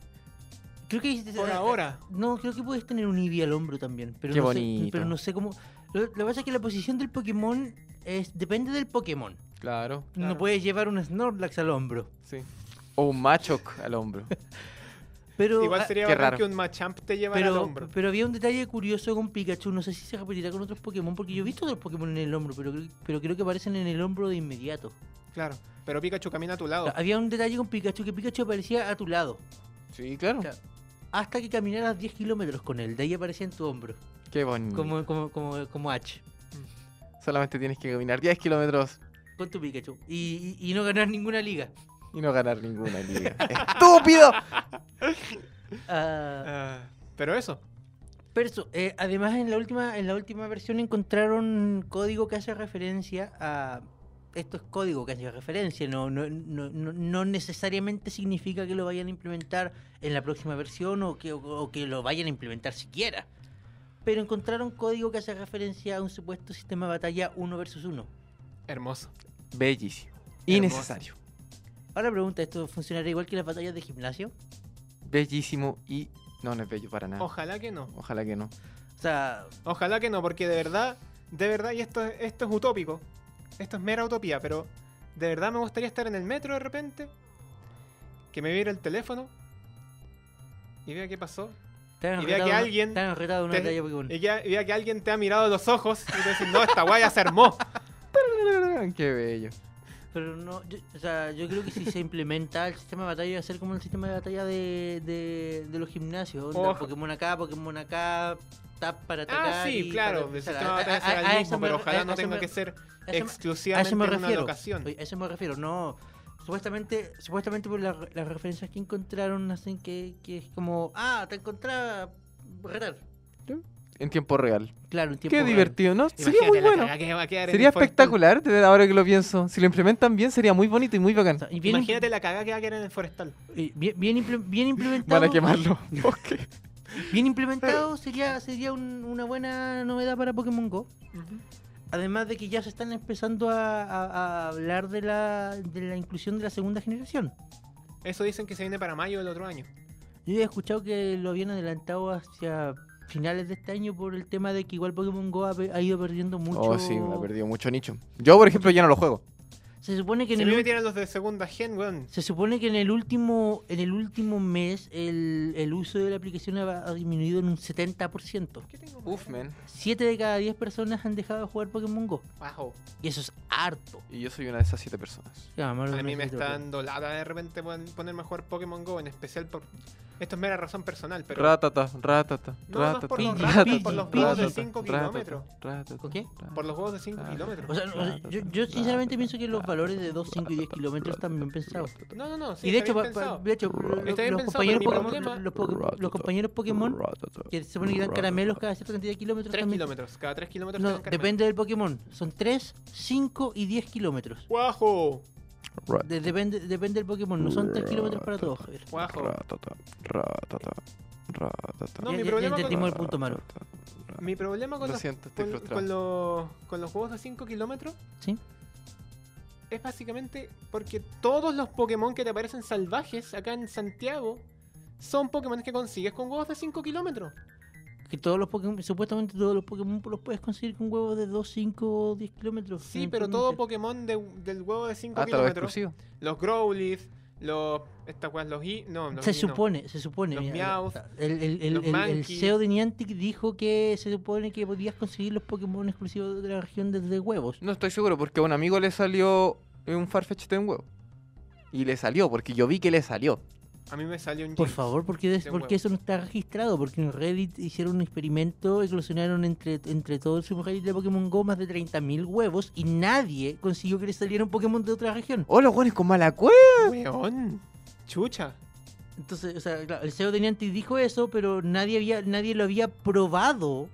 Creo que Por ahora. No, creo que puedes tener un Eevee al hombro también. Pero Qué no Sé, bonito. pero no sé cómo. Lo, lo que pasa es que la posición del Pokémon es, depende del Pokémon. Claro, No Claro. puedes llevar un Snorlax al hombro. sí. O un Machoc al hombro. Pero, Igual ah, sería qué bacán raro. que un Machamp te llevara al pero, hombro. pero había un detalle curioso con Pikachu. No sé si se repetirá con otros Pokémon, porque yo he visto otros Pokémon en el hombro, pero, creo- pero creo que aparecen en el hombro de inmediato. Claro. Pero Pikachu camina a tu lado. Había un detalle con Pikachu que Pikachu aparecía a tu lado. Sí, claro. Claro. Hasta que caminaras 10 kilómetros con él. De ahí aparecía en tu hombro. Qué bonito. Como, como, como, como H. Solamente tienes que caminar 10 kilómetros Con tu Pikachu. Y, y- y no ganar ninguna liga. y no ganar ninguna liga. ¡Estúpido! Ah, Ah, pero eso. Pero eso, eh, además en la última en la última versión encontraron código que hace referencia a esto es código que hace referencia, no no, no, no, no necesariamente significa que lo vayan a implementar en la próxima versión o que, o que lo vayan a implementar siquiera. Pero encontraron código que hace referencia a un supuesto sistema de batalla 1 versus 1. Hermoso. Bellísimo. Innecesario. Ahora pregunta, ¿esto funcionará igual que las batallas de gimnasio? Bellísimo y... No, no es bello Ah. para nada. Ojalá que no. Ojalá que no. O sea, Ojalá que no, porque de verdad, de verdad, y esto, esto es utópico. Esto es mera utopía, pero de verdad me gustaría estar en el metro de repente. Que me viera el teléfono. Y vea qué pasó. te han Y vea retado que una- alguien te han retado una te- batalla Pokémon. Y que, y vea que alguien te ha mirado a los ojos y te dice, no, esta guaya se armó. Qué bello. Pero no, yo, o sea, yo creo que si se implementa el sistema de batalla, va a ser como el sistema de batalla de, de, de los gimnasios. onda, Ojo. Pokémon acá, Pokémon acá, tap para atacar. Ah, sí, y claro. para- El o sea, sistema a- de batalla a- será a- a el eso mismo, me pero re- a ojalá eso no tenga me- que ser a eso me- a exclusivamente eso me en una refiero. locación. Oye, a eso me refiero. No, supuestamente, supuestamente por la- las referencias que encontraron hacen que, que es como, ah, te encontraba retar. En tiempo real. Claro, un tiempo Qué real. divertido, ¿no? Sería Imagínate muy la bueno. cagada que va a quedar en Sería el portal. espectacular, de verdad, ahora que lo pienso. Si lo implementan bien, sería muy bonito y muy bacán. O sea, y bien, Imagínate la cagada que va a quedar en el forestal. y bien, bien imple- bien implementado. Van a quemarlo. Ok. Bien implementado sería, sería un- una buena novedad para Pokémon Go. Además de que ya se están empezando a, a- a hablar de la, de la inclusión de la segunda generación. Eso dicen que se viene para mayo del otro año. Yo he escuchado que lo habían adelantado hacia finales de este año por el tema de que igual Pokémon Go ha, pe- ha ido perdiendo mucho. Oh, sí, ha perdido mucho nicho. Yo, por ejemplo, ya no lo juego. Se supone que en Si a el, mí me ul- tiran los de segunda gen, weón. se supone que en el último en el último mes el, el uso de la aplicación ha, ha disminuido en un 70%. ¿Qué tengo? Uf, man. 7 de cada 10 personas han dejado de jugar Pokémon Go Bajo. y eso es harto. Y yo soy una de esas siete personas. Ya, más o A menos mí me eso está te refiero. dando lata de repente pon- ponerme a jugar Pokémon Go, en especial por. Esto es mera razón personal, pero. Ratata, ratata, No, más ratata. por los ratata, ratos, por los juegos de ratata, cinco ratata, kilómetros. ratata, ¿Por qué? ratata. Por los juegos de 5 Ah. kilómetros. O sea, no, o sea, yo, yo sinceramente pienso que los valores de 2, 5 y 10 kilómetros están bien pensados. No, no, no. Sí, Y de está hecho, pa- bien pa- pensado. de hecho lo- Está los, bien pensado, compañeros pero mi Pokémon, problema- los, po- los compañeros Pokémon que se supone que dan caramelos cada cierta cantidad de kilómetros 3 también. kilómetros. Cada 3 kilómetros. No, tenés que armar. depende del Pokémon. Son 3, 5 y 10 kilómetros. ¡Guajo! De- depende, depende del Pokémon. No son 3 kilómetros para todos, Javier. ¡Guajo! Ratata, ratata, ratata. Ya- No, mi ya- ya problema con- entendimos el punto, Maru. Mi problema con Lo los, siento, estoy con, frustrado. con los, con los juegos de 5 kilómetros ¿Sí? es básicamente porque todos los Pokémon que te aparecen salvajes acá en Santiago son Pokémon que consigues con juegos de 5 kilómetros. Que todos los Pokémon, supuestamente todos los Pokémon los puedes conseguir con huevos de 2, 5 o 10 kilómetros. Sí, pero todo Pokémon de- del huevo de 5 Hasta los kilómetros. exclusivos. Los Growlithe, los. Estas weas, los I. No, los Se Eevee no. supone, se supone. Los mira, Meowth, el, el, el, los el- el Mankey. CEO de Niantic dijo que se supone que podías conseguir los Pokémon exclusivos de la región desde huevos. No estoy seguro porque a un amigo le salió un Farfetch de un huevo. Y le salió, porque yo vi que le salió. A mí me salió un Por James. favor, porque, de huevo. porque eso no está registrado, porque en Reddit hicieron un experimento, eclosionaron entre, entre todo el subreddit de Pokémon Go más de 30.000 huevos y nadie consiguió que le saliera un Pokémon de otra región. ¡Oh, los guanes con mala cueva! Weón. Chucha. Entonces, o sea, claro, el CEO teniente dijo eso, pero nadie había nadie lo había probado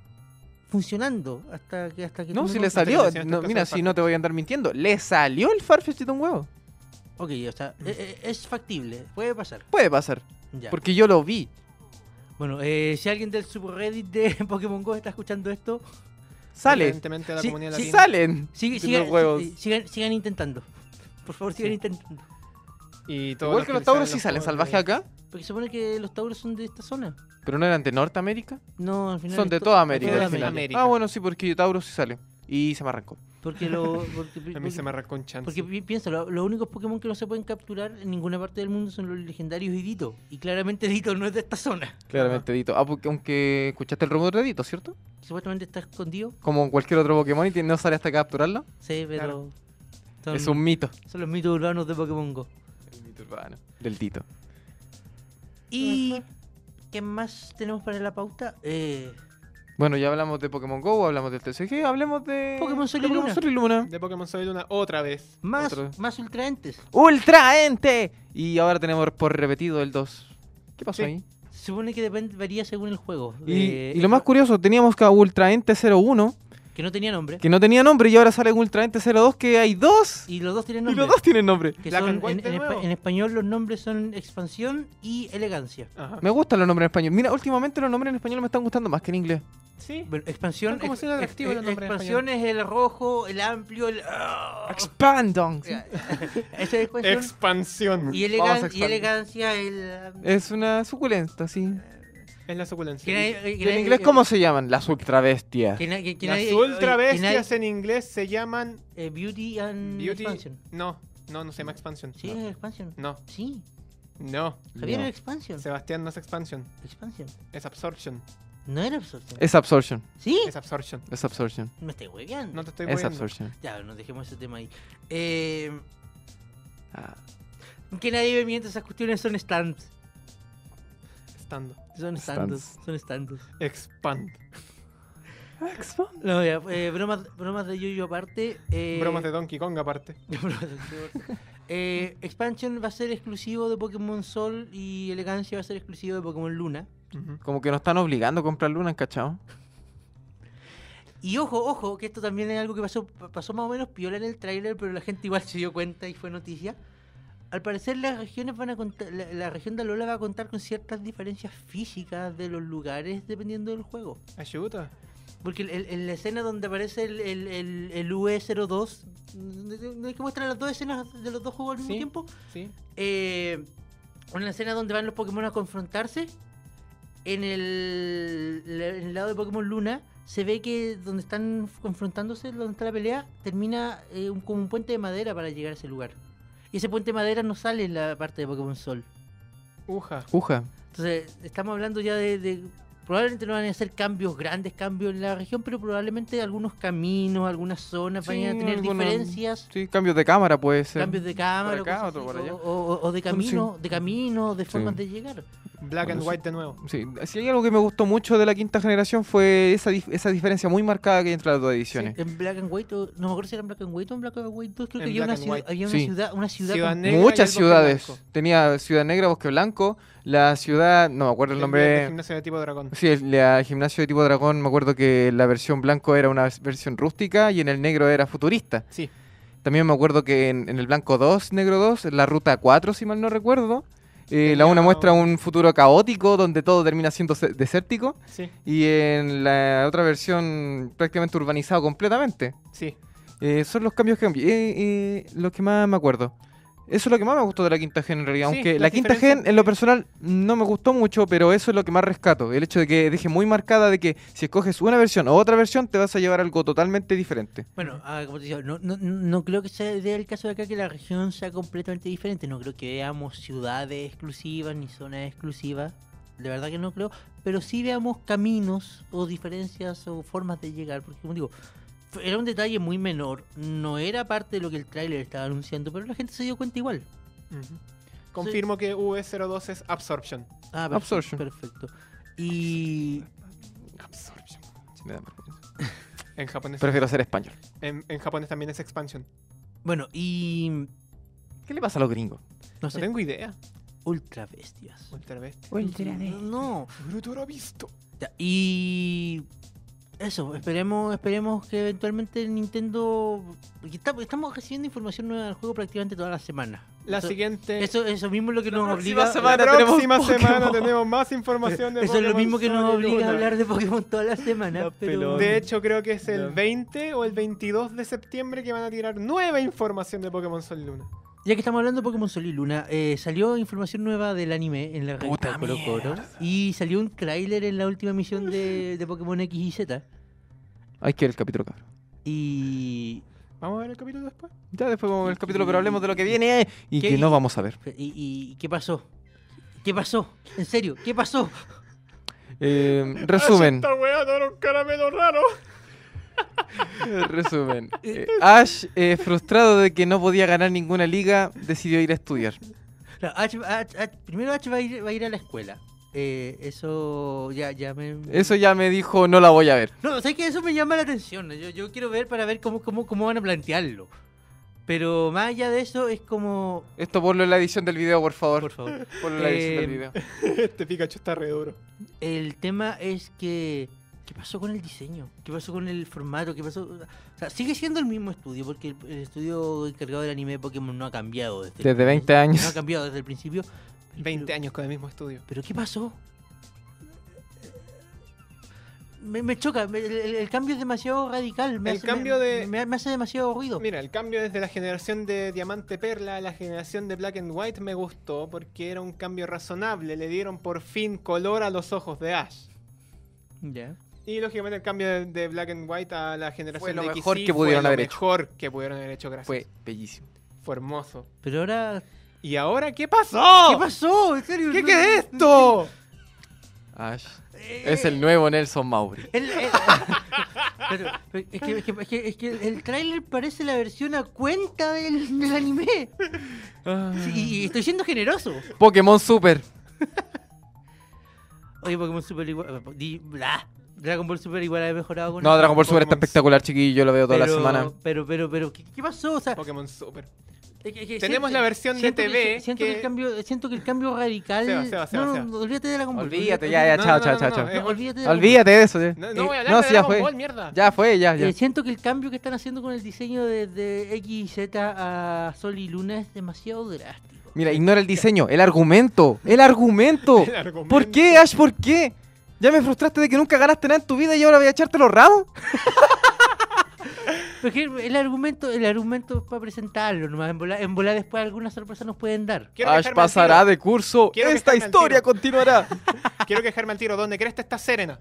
funcionando hasta que hasta que No, tú si lo- le salió. hacían no, tu mira, casa de si no te voy a andar mintiendo. Le salió el Farfetch de un huevo. Ok, o sea, e- e- es factible, puede pasar. Puede pasar. Ya. Porque yo lo vi. Bueno, eh, si alguien del subreddit de Pokémon Go está escuchando esto, Sale. Evidentemente la Sí, comunidad sí, latina. Salen. sigue- de sigan, los huevos. si- sigan, sigan intentando. Por favor, sigan Sí. intentando. Y todos Igual que los tauros sí salen salvajes salvajes acá. Porque se supone que los tauros son de esta zona. Pero no eran de Norteamérica. No, al final. Son es de to- toda América. toda al final. América. Ah, bueno, sí, porque Tauro sí sale. Y se me arrancó. Porque lo. Porque, A mí porque, se me arrancó un chance. porque pi- piensa, lo- los únicos Pokémon que no se pueden capturar en ninguna parte del mundo son los legendarios y Dito. Y claramente Dito no es de esta zona. Claramente, Dito. Ah, porque, aunque escuchaste el rumor de Dito, ¿cierto? Supuestamente está escondido. Como en cualquier otro Pokémon y tiene- no sale hasta capturarlo. Sí, pero. Son, Es un mito. son los mitos urbanos de Pokémon Go. El mito urbano. Del Dito. ¿Y qué más tenemos para la pauta? Eh, Bueno, ya hablamos de Pokémon Go, hablamos del TCG, hablemos de. Pokémon Sol de y Pokémon Luna. Sol y Luna. De Pokémon Sol y Luna otra vez. más, Otro. más ultraentes. ¡Ultraente! Y ahora tenemos por repetido el 2. ¿Qué pasó Sí. ahí? Se supone que depende, varía según el juego. Y, Eh, y lo más curioso, teníamos que a Ultraente 01, Que no tenía nombre. que no tenía nombre, y ahora sale Ultraente 02, que hay dos. Y los dos tienen Y nombre. los dos tienen nombre. Que Black son- and White en, de en espa- nuevo. en español los nombres son expansión y elegancia. Ajá. Me gustan los nombres en español. Mira, últimamente los nombres en español me están gustando más que en inglés. Sí. Bueno, expansión. Son como ex- siendo ex- atractivos los ex- nombres en expansión es el rojo, el amplio, el. Oh. Expandons. Ya, Esa es expansión. Expansión. y, Vamos a elegan- y expandir. elegancia, el. Es una suculenta, sí. Es la que suculencia. nadie- ¿Y que en nadie- inglés cómo se llaman? Las ultrabestias. que nadie- que Las nadie- ultra oye, que nadie- bestias en inglés se llaman eh, Beauty and Beauty. Expansion. No, no, no se llama Expansion. Sí, es expansion. No, Mm. Sí. no. Javier No. era expansion. Sebastián no es Expansion. Expansion. Es Absorption. No era absorción. Es absorption. Sí. Es Absorption. Es absorption. Me estoy hueveando. No te estoy Es moviendo. absorption. Ya, nos dejemos ese tema ahí. Eh, Ah. que nadie me miente, esas cuestiones son stands. Estando. Son stands. Stands. Son stands. Expand. Ah, No, ya, eh, bromas, bromas de Yuyo aparte. eh, Bromas de Donkey Kong aparte. bromas de Yuyo aparte. Eh, Expansion va a ser exclusivo de Pokémon Sol y Elegancia va a ser exclusivo de Pokémon Luna. Ujú. Como que nos están obligando a comprar Luna, ¿cachao? Y ojo, ojo, que esto también es algo que pasó, pasó más o menos piola en el tráiler, pero la gente igual se dio cuenta y fue noticia. Al parecer las regiones van a contar, la, la región de Alola va a contar con ciertas diferencias físicas de los lugares dependiendo del juego. Ayuda. Porque el- el- en la escena donde aparece el, el, el, el E UE02, donde- donde que muestran las dos escenas de los dos juegos al mismo Sí. tiempo, Sí. eh, una escena donde van los Pokémon a confrontarse. En el, en el lado de Pokémon Luna se ve que donde están confrontándose, donde está la pelea, termina eh, un- como un puente de madera para llegar a ese lugar. Y ese puente de madera no sale en la parte de Pokémon Sol. Uja. Uja. Entonces, estamos hablando ya de, de- Probablemente no van a hacer cambios, grandes cambios en la región, pero probablemente algunos caminos, algunas zonas Sí, van a tener alguna- diferencias. Sí, cambios de cámara puede ser. Cambios de cámara, acá, cosas otro así, por allá. o, o- o de Bueno, sí. camino, de camino, de formas Sí. de llegar. Black Bueno, and sí. White de nuevo. Sí, si hay algo que me gustó mucho de la quinta generación fue esa, dif- esa diferencia muy marcada que hay entre las dos ediciones. En Black and White, o- no me acuerdo si era en Black and White o en Black and White 2, creo En que había, Black una, and ciudad- White. había Sí. una ciudad, una ciudad, Ciudad con- Negra y Muchas el Bosque ciudades. Blanco. Tenía Ciudad Negra, Bosque Blanco, la ciudad, no me acuerdo el de nombre. gimnasio de tipo dragón. Sí, el, la- el gimnasio de tipo dragón, me acuerdo que la versión blanco era una vers- versión rústica y en el negro era futurista. Sí. También me acuerdo que en, en el blanco 2, negro 2, en la ruta 4, si mal no recuerdo, eh, la Tenía- una muestra un futuro caótico donde todo termina siendo se- desértico Sí. y en la otra versión prácticamente urbanizado completamente. Sí. Eh, son los cambios que eh, eh, los que más me acuerdo. Eso es lo que más me gustó de la quinta gen en realidad. Sí, aunque las la quinta gen diferencias- en lo personal no me gustó mucho, pero eso es lo que más rescato. El hecho de que deje muy marcada de que si escoges una versión o otra versión te vas a llevar algo totalmente diferente. Bueno, ah, como te decía, no, no, no creo que sea dé el caso de acá que la región sea completamente diferente. No creo que veamos ciudades exclusivas ni zonas exclusivas. De verdad que no creo. Pero sí veamos caminos o diferencias o formas de llegar. Porque, como digo, f- era un detalle muy menor. No era parte de lo que el tráiler estaba anunciando, pero la gente se dio cuenta igual. Ujú. Confirmo que V02 es Absorption. Ah, pues, perfecto, Absorption. Perfecto. Y Absorption. Sí, me da vergüenza. En japonés, Prefiero ser español. en, en japonés también es Expansion. bueno, y ¿Qué le pasa a los gringos? no No sé, tengo idea. ultra bestias. Ultra Bestia. Ultra B. No. Bruto lo ha visto. Ya, Y eso, esperemos, esperemos que eventualmente Nintendo porque está- estamos recibiendo información nueva del juego prácticamente toda la semana. La eso, siguiente. eso eso mismo es lo que nos próxima obliga eh, semana la tenemos próxima Pokémon. semana tenemos más información de Eso es lo Pokémon mismo que nos Sol y obliga a Luna. hablar de Pokémon toda la semana, La pero pelota. De hecho, creo que es el Ya. 20 o el 22 de septiembre que van a tirar nueva información de Pokémon Sol y Luna. Ya que estamos hablando de Pokémon Sol y Luna, eh, salió información nueva del anime en la revista Puta Coro Coro y salió un tráiler en la última misión de, de Pokémon X y Z. Hay que ver el capítulo, cabrón. Y, Vamos a ver el capítulo después. Ya después vamos a ver el capítulo, pero hablemos de lo que viene y ¿Qué? que no vamos a ver. y, y- ¿qué pasó? ¿Qué pasó? En serio, ¿qué pasó? Eh, resumen. Esta wea no era un caramelo raro. Resumen. Eh, Ash, eh, frustrado de que no podía ganar ninguna liga, decidió ir a estudiar. No, Ash- Ash- Ash- primero H va a ir, va a ir a la escuela. Eh, eso ya, ya me... Eso ya me dijo, no la voy a ver. No, ¿sabes que Eso me llama la atención. Yo, yo quiero ver para ver cómo, cómo, cómo van a plantearlo. Pero más allá de eso es como... Esto ponlo en la edición del video, por favor. Por favor. Ponlo en la edición Eh, del video. Este Pikachu está re duro. El tema es que. ¿Qué pasó con el diseño? ¿Qué pasó con el formato? ¿Qué pasó? O sea, sigue siendo el mismo estudio, porque el, el estudio encargado del anime de Pokémon no ha cambiado desde, el Desde 20 No ha años. cambiado desde el principio. 20 pero, años con el mismo estudio. ¿Pero qué pasó? Me, me choca, me- el, el- el cambio es demasiado radical. Me El hace, cambio me- de- Me, me hace demasiado ruido. Mira, el cambio desde la generación de Diamante Perla a la generación de Black and White me gustó porque era un cambio razonable. Le dieron por fin color a los ojos de Ash. Ya. Y lógicamente el cambio de, de Black and White a la generación Fue lo de mejor XY que pudieron fue haber lo hecho. mejor que pudieron haber hecho, gracias. Fue bellísimo. Fue hermoso. Pero ahora. ¿Y ahora qué pasó? ¿Qué pasó? ¿En serio? ¿Qué, No- qué es esto? Ash Eh, es el nuevo Nelson Mauri. El- el- pero, pero es, que, es, que, es que- es que el tráiler parece la versión a cuenta del, del anime. Sí, y estoy siendo generoso. Pokémon Super. Oye, Pokémon Super igual. eh, di- bla. Dragon Ball Super igual ha mejorado con No, Dragon Ball Super está Pokémon. espectacular, chiquillo. Yo lo veo toda la Pero- semana. Pero, pero, pero, ¿qué, qué pasó? O sea, Pokémon Super. es que- es que siento- Tenemos la versión de siento que- TV siento, que... que- el cambio, siento que el cambio radical. Seba, Seba, Seba, no, no, Seba. no, olvídate de Dragon Ball. Olvídate, ya, ya, No, chao, no, chao, no, chao. no, chao. no, No, olvídate de Dragon Ball. Olvídate de eso. Ya, No, no Eh, voy a hablar no, de sí, ya Dragon fue. Ball, mierda. Ya fue, ya, ya. Eh, siento que el cambio que están haciendo con el diseño de, de X y Z a Sol y Luna es demasiado drástico. Mira, ignora el diseño, el argumento, el argumento. El argumento. ¿Por qué, Ash? ¿Por qué? Ya me frustraste de que nunca ganaste nada en tu vida y ahora voy a echarte los ramos. Porque el argumento, el argumento es para presentarlo nomás. En volar, en volar después alguna sorpresa nos pueden dar. Quiero Ash dejarme al pasará tiro. de curso. Quiero Esta dejarme al historia tiro. continuará. Quiero quejarme al tiro. ¿Dónde crees que está Serena?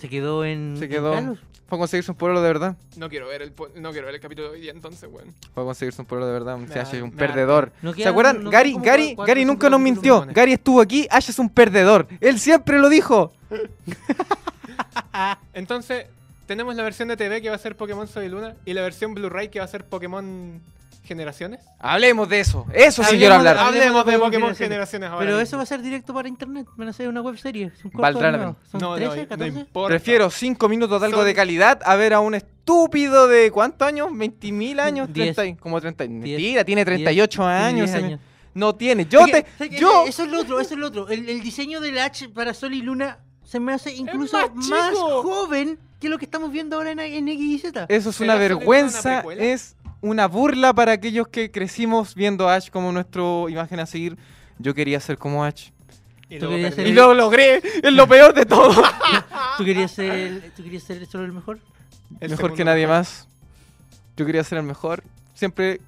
Se quedó en. Se en quedó. Galos. Fue a conseguirse un pueblo de verdad. No quiero ver el, po- no quiero ver el capítulo de hoy día entonces, weón. Fue a conseguirse un pueblo de verdad. un- Me si Ash es un me perdedor. No ¿Se quedan- acuerdan? no Gary, quedan como Gary, cuatro Gary capítulos nunca nos de mintió. Pokémon. Gary estuvo aquí. Ash es un perdedor. Él siempre lo dijo. Entonces, tenemos la versión de TV que va a ser Pokémon Sol y Luna y la versión Blu-ray que va a ser Pokémon Generaciones. Hablemos de eso. Eso sí Hablemos quiero de- hablar. Hablemos de Pokémon Generaciones, ahora. Pero mismo. eso va a ser directo para internet. Van a ser una web serie. Son cortos Valdrá la animados. Son no, no, 13, no 14. importa. Prefiero cinco minutos de algo Son- de calidad a ver a un estúpido de ¿cuántos años? ¿20.000 años? Diez. 30, y- como 30. Mentira, Diez. tiene 38 10 años. se me- No tiene. Es Yo que- te. es que yo. Eso es lo otro, eso es lo otro. El, el diseño del H para Sol y Luna se me hace incluso más más, chico. joven que lo que estamos viendo ahora en, en X y Z. Eso es ¿Será una eso que es una vergüenza. precuela? Es una burla para aquellos que crecimos viendo a Ash como nuestra imagen a seguir. Yo quería ser como Ash. Y Tú luego querías perdí. ser- Y lo logré. Es lo peor de todo. ¿Tú querías ser, el- tú querías ser solo el mejor? El mejor que segundo nadie mejor. más. Yo quería ser el mejor. Siempre.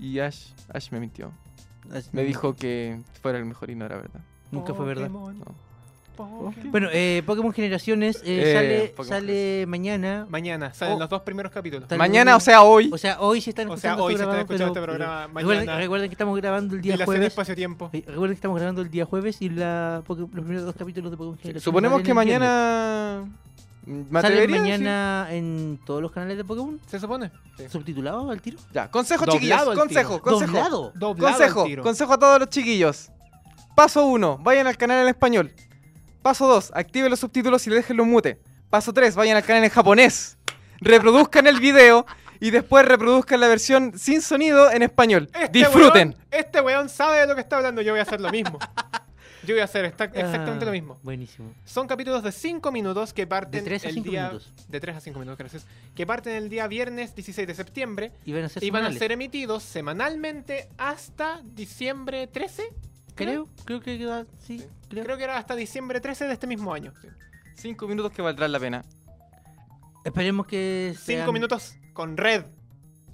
Y Ash, Ash me mintió. Mm. Me dijo que fuera el mejor y no era verdad. Nunca fue verdad. Pokémon, No. Pokémon. Bueno, eh, Pokémon Generaciones eh, Eh, sale, Pokémon sale mañana. Mañana salen Oh. los dos primeros capítulos. Tal- Mañana, o sea, hoy. O sea, hoy se están O sea, escuchando hoy este se está programa, escuchando este pero- programa. pero- Recuerden, Mañana. recuerden que estamos grabando el día Dilación jueves. espacio-tiempo. Eh, Recuerden que estamos grabando el día jueves y la, Poké- los primeros dos capítulos de Pokémon Generaciones. Suponemos salen que el viernes. mañana ¿Me ¿Sale atrevería a decir? mañana en todos los canales de Pokémon? Se supone. Sí. ¿Subtitulado al tiro? Ya, consejo, Doblado chiquillos. al Consejo, tiro. consejo. ¿Doblado? Doblado Consejo, el tiro. consejo a todos los chiquillos. Paso 1, vayan al canal en español. Paso 2, activen los subtítulos y déjenlo mute. Paso 3, vayan al canal en japonés. Reproduzcan el video y después reproduzcan la versión sin sonido en español. Este Disfruten. weón- este weón sabe de lo que está hablando. Yo voy a hacer lo mismo. Yo voy a hacer esta- exactamente Ah, lo mismo. Buenísimo. Son capítulos de 5 minutos que parten De 3 a el 5 día minutos. de 3 a 5 minutos, gracias. Que parten el día viernes 16 de septiembre Y van a ser y van a semanales. ser emitidos semanalmente hasta diciembre 13. Creo, creo que queda. Sí, Sí. creo. Creo que era hasta diciembre 13 de este mismo año. 5 minutos que valdrán la pena. Esperemos que. 5 sean- minutos con red.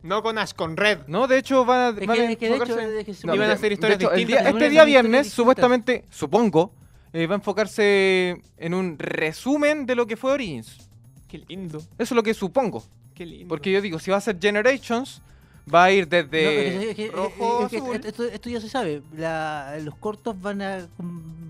No con Ash, con red. No, de hecho van a... Es van que, a es que de hecho. enfocarse- es que se- No, Iban a de- hacer de historias hecho, el distintas. día- Iban a este hacer día historias viernes, distintas. supuestamente, supongo, eh, va a enfocarse en un resumen de lo que fue Origins. Qué lindo, Eso es lo que supongo. qué lindo. Porque yo digo, si va a ser Generations, va a ir No, es desde que- es que- Este, rojo es que azul. esto, esto ya se sabe. La- los cortos van a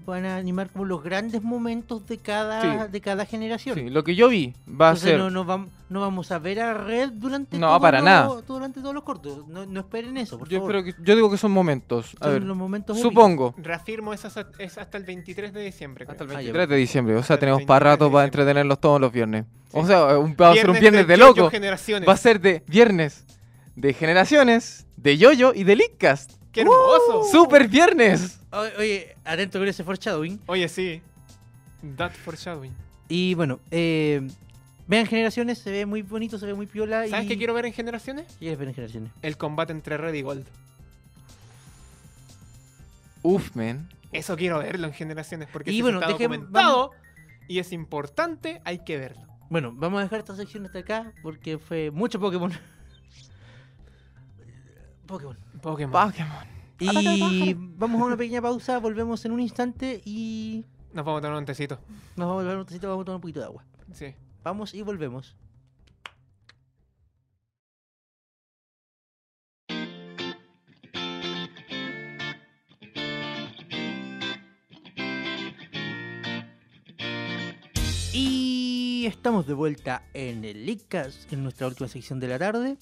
van a animar como los grandes momentos de cada Sí. de cada generación. Sí, lo que yo vi va a Entonces ser. no, no, vam- no vamos a ver a Red durante No, todos para los- nada. durante todos los cortos. No, no esperen eso, por yo, favor. creo que, yo digo que son momentos. A Son ver, los momentos épicos. supongo. Reafirmo, es hasta, es hasta el 23 de diciembre. creo. Hasta el Ah, ya, 23 de diciembre. O Hasta sea, el tenemos para 23 de rato para diciembre. entretenerlos todos los viernes. O Sí. sea, un- va a ser un viernes de, Yo-Yo loco. Generaciones. Va a ser de viernes, de generaciones, de yoyo y de Lickcast. ¡Qué hermoso! ¡Super viernes! Oye, Oye, atento con ese foreshadowing. Oye, sí. That foreshadowing. Y bueno, eh, vean generaciones, se ve muy bonito, se ve muy piola. ¿Sabes y... qué quiero ver en generaciones? ¿Quieres ver en generaciones? El combate entre Red y Gold. Uf, man. Eso quiero verlo en generaciones porque Y si eso bueno, está dejem- documentado y es importante, hay que verlo. Bueno, vamos a dejar esta sección hasta acá porque fue mucho Pokémon. Pokémon. Pokémon. Pokémon. Y vamos a una pequeña pausa, volvemos en un instante y Nos vamos a tomar un tecito. nos vamos a tomar un tecito, vamos a tomar un poquito de agua. Sí. Vamos y volvemos. Y estamos de vuelta en el ICAS, en nuestra última sección de la tarde.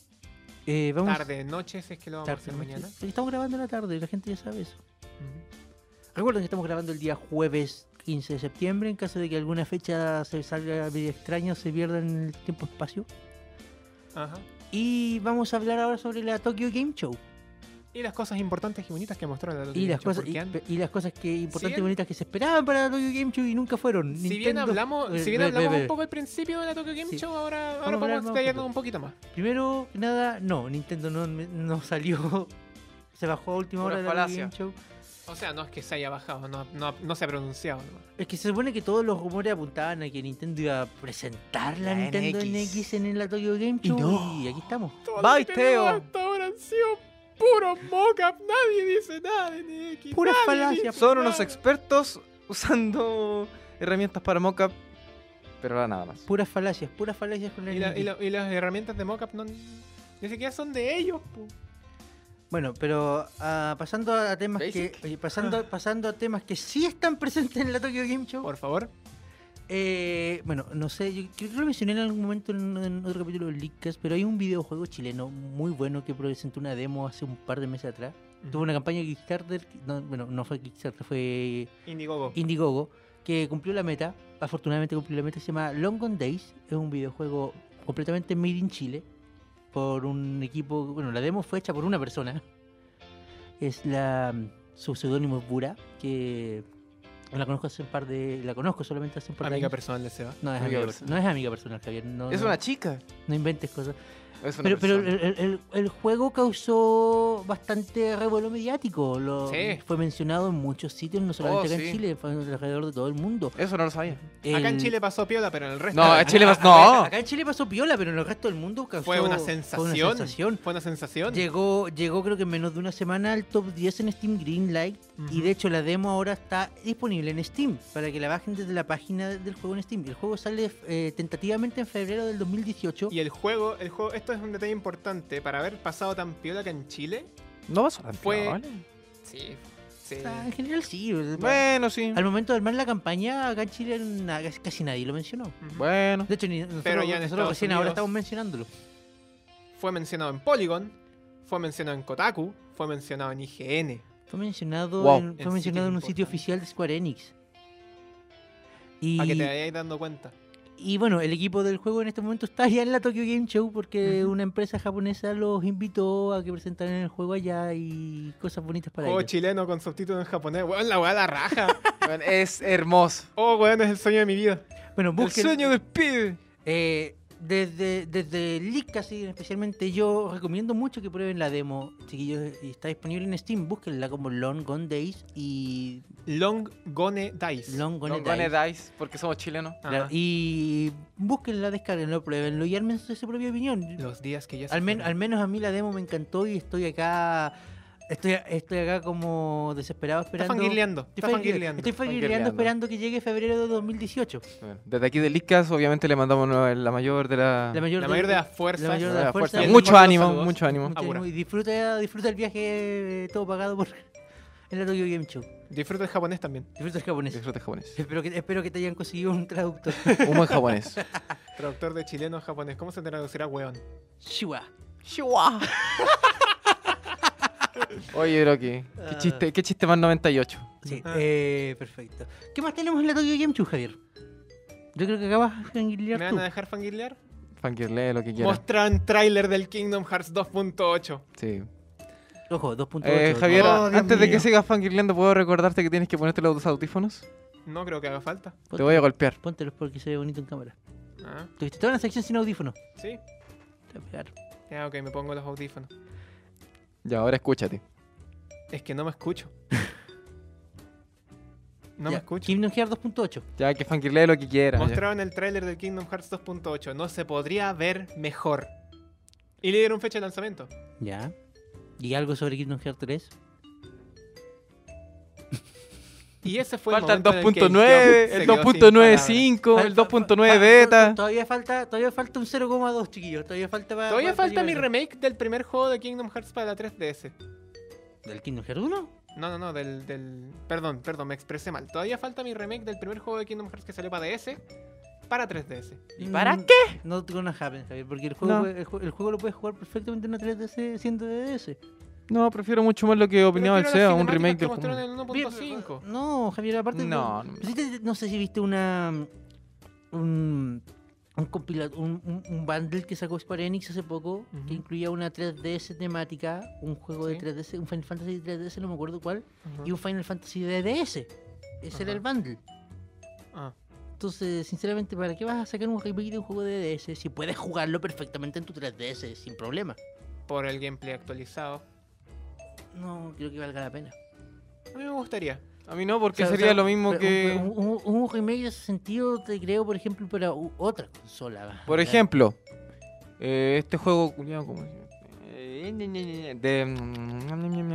Eh, vamos Tarde, noche, si es que lo vamos a Tarde, hacer mañana. sí, Estamos grabando en la tarde, la gente ya sabe eso. Recuerden que estamos grabando el día jueves 15 de septiembre. En caso de que alguna fecha se salga medio extraña o se pierda en el tiempo-espacio. Ajá. Y vamos a hablar ahora sobre la Tokyo Game Show. Y las cosas importantes y bonitas que mostraron la Y las, Tokyo cosas, eh, Game y, Show, porque y las cosas que importantes bien- y bonitas que se esperaban para la Tokyo Game Show y nunca fueron. han- Si bien Nintendo- hablamos, Eh, si bien ve- ve- hablamos ve- un poco al principio de la Tokyo Game Sí. Show, ahora, a ahora hablar vamos más a un detallarnos poco. un poquito más. Primero que nada, no, Nintendo no, no salió. Se bajó a última Pura hora de la Tokyo falacia. Game Show. O sea, no es que se haya bajado, no, no, no se ha pronunciado. ¿no? Es que se supone que todos los rumores apuntaban a que Nintendo iba a presentar la, La Nintendo NX. NX en la Tokyo Game Y Show. Y, no. aquí estamos. Todo Bye, lo que tenemos Teo. Hasta ahora han sido puros mock-up. Nadie dice nada de NX. Puras nadie falacias, dice Son unos nada. expertos usando herramientas para mockup, pero nada más. Puras falacias, puras falacias con la Y, la- NX. y la- y las herramientas de mockup no, ni siquiera son de ellos. po. Bueno, pero ah, pasando a temas Basic. que oye, pasando, Ah. pasando a temas que sí están presentes en la Tokyo Game Show. Por favor. eh, bueno, no sé, yo creo que lo mencioné en algún momento en, en otro capítulo de Leakcast, pero hay un videojuego chileno muy bueno que presentó una demo hace un par de meses atrás. Tuvo una campaña de Kickstarter, no, bueno, no fue Kickstarter, fue Indiegogo. Indiegogo, que cumplió la meta, afortunadamente cumplió la meta, se llama Long Gone Days, es un videojuego completamente made in Chile, por un equipo, bueno, la demo fue hecha por una persona, es la, su seudónimo es Bura, que la conozco hace un par de, la conozco solamente hace un par de Amiga años. personal de Seba. No es Amiga amiga, perso- personal. no es amiga personal, Javier, no, Es no- una chica. no inventes cosas. Es una Pero, pero el, persona. el- el juego causó bastante revuelo mediático, lo, Sí. fue mencionado en muchos sitios, no solamente Oh, acá sí. en Chile, fue alrededor de todo el mundo. Eso no lo sabía. Acá en El- Chile pasó piola, pero en el resto. No, de- ah, en Chile Acá- pas- no. Acá, acá en Chile pasó piola, pero en el resto del mundo causó, fue una fue sensación. una sensación. Fue una sensación. Llegó, llegó creo que en menos de una semana al top 10 en Steam Greenlight y Ujú. de hecho la demo ahora está disponible en Steam para que la bajen desde la página de- del juego en Steam. El juego sale eh, tentativamente en febrero del 2018. Y el juego, el juego, esto es un detalle importante. Para haber pasado tan piola acá en Chile, No vas a Fue- Sí. Sí. O sea, Ah, en general sí. Bueno, sí. Al momento de armar la campaña, acá en Chile na- casi nadie lo mencionó. Bueno. De hecho, ni nosotros, Pero ya en nosotros Estados recién ahora Unidos- estamos mencionándolo. Fue mencionado en Polygon, fue mencionado en Kotaku, fue mencionado en IGN. Fue mencionado, Wow. en, fue En mencionado sitios en un sitio importantes. oficial de Square Enix. Y, Para Ah, que te vayáis dando cuenta. y bueno, el equipo del juego en este momento está ya en la Tokyo Game Show porque Ujú. una empresa japonesa los invitó a que presentaran el juego allá y cosas bonitas para Juego ellos. Oh, chileno con subtítulos en japonés. Weón, la weá la raja. Bueno, es hermoso. oh, weón, es el sueño de mi vida. Bueno, busquen, El sueño del pibe. Eh, desde desde Leak, así, especialmente yo recomiendo mucho que prueben la demo, chiquillos, y está disponible en Steam, búsquenla como Long Gone Days y Long Gone Ah, Dice. Long Gone No gane Days. dice porque somos chilenos. Ajá. Claro, y búsquenla, descarguenlo, pruébenlo y ármense su propia opinión. Los días que ya se Al, men- fueron. al menos a mí la demo me encantó y estoy acá estoy, estoy acá como desesperado Está esperando. fangirleando. Está Estoy fangirleando, fangirleando. estoy fangirleando fangirleando. esperando que llegue febrero de 2018. Bueno, desde aquí de Licas, obviamente le mandamos la la mayor de la, mayor La mayor de las fuerzas. la mayor de la fuerza. fuerza. Mucho Saludos. ánimo, mucho ánimo. Mucho Abura. ánimo y disfruta, disfruta el viaje eh, todo pagado por en la Tokyo Game Show. Disfruta el japonés también. Disfruta el japonés. Disfrute japonés. Espero que, espero que te hayan conseguido un traductor. Un buen japonés. Traductor de chileno a japonés. ¿Cómo se traducirá, weón? Shiwa. Oye, Hiroki, qué chiste, qué chiste más 98. Sí, Ah. eh, perfecto. ¿Qué más tenemos en la Tokyo Game Show, Javier? Yo creo que acabas de ¿Me enguilear van tú. a dejar fangirlear? Fangirle lo que quieras. Mostraron tráiler del Kingdom Hearts 2.8. Sí. Ojo, 2.8. Eh, Javier, Oh, Dios antes de que mío. sigas fangirleando, ¿puedo recordarte que tienes que ponerte los audífonos? No creo que haga falta. Ponte- Te voy a golpear. Póntelos porque se ve bonito en cámara. Ah, Tuviste toda una sección sin audífono. sí. Te voy a pegar. Ya, ok, me pongo los audífonos. Ya, ahora escúchate. Es que no me escucho. No me Ya, escucho. Kingdom Hearts 2.8. Ya, que fangirle lo que quieras. ya. Mostraron el tráiler del Kingdom Hearts 2.8. No se podría ver mejor. Y le dieron fecha de lanzamiento. Ya. ¿Y algo sobre Kingdom Hearts 3? Y ese fue Faltan el pues, momento en el que 2.9, yo se el quedó sin 2.95, Fal- fal- el fal- 2.9 to- beta. Todavía falta, todavía falta un 0,2, chiquillos. Todavía falta para. Todavía para- falta mi para- remake del primer juego de Kingdom Hearts para la 3DS. ¿Del Kingdom Hearts 1? No, no, no, del, del... Perdón, perdón, me expresé mal. Todavía falta mi remake del primer juego de Kingdom Hearts que salió para DS para 3DS. ¿Y para qué? Mm. No gonna happen, Javier, porque el juego, No. puede- el, jue- el juego lo puedes jugar perfectamente en una 3DS siendo DS. No, prefiero mucho más lo que opinaba el Prefiero SEA, las un remake cinemáticas que del juego. Bien, mostraron en el 1.5. No, Javier, aparte. No, No, no. sí te- no sé si viste una. Un. Un, compila- un, un- un bundle que sacó Square Enix hace poco Ujú. que incluía una 3DS temática, un juego de Sí. 3DS, un Final Fantasy 3DS, no me acuerdo cuál, Ujú. y un Final Fantasy de DS. Ese era Ajá. el bundle. Ah, Entonces, sinceramente, ¿para qué vas a sacar un remake de un juego de DS si puedes jugarlo perfectamente en tu 3DS sin problema? por el gameplay actualizado. No creo que valga la pena. A mí me gustaría. A mí no, porque O sea, o sería sea, lo mismo pero que... Un, un- un- un remake de ese sentido te creo, por ejemplo, para u- otra consola. Por Ya. ejemplo, eh, este juego culiao, ¿cómo se llama? Eh, ñe, ñe, ñe, ñe, de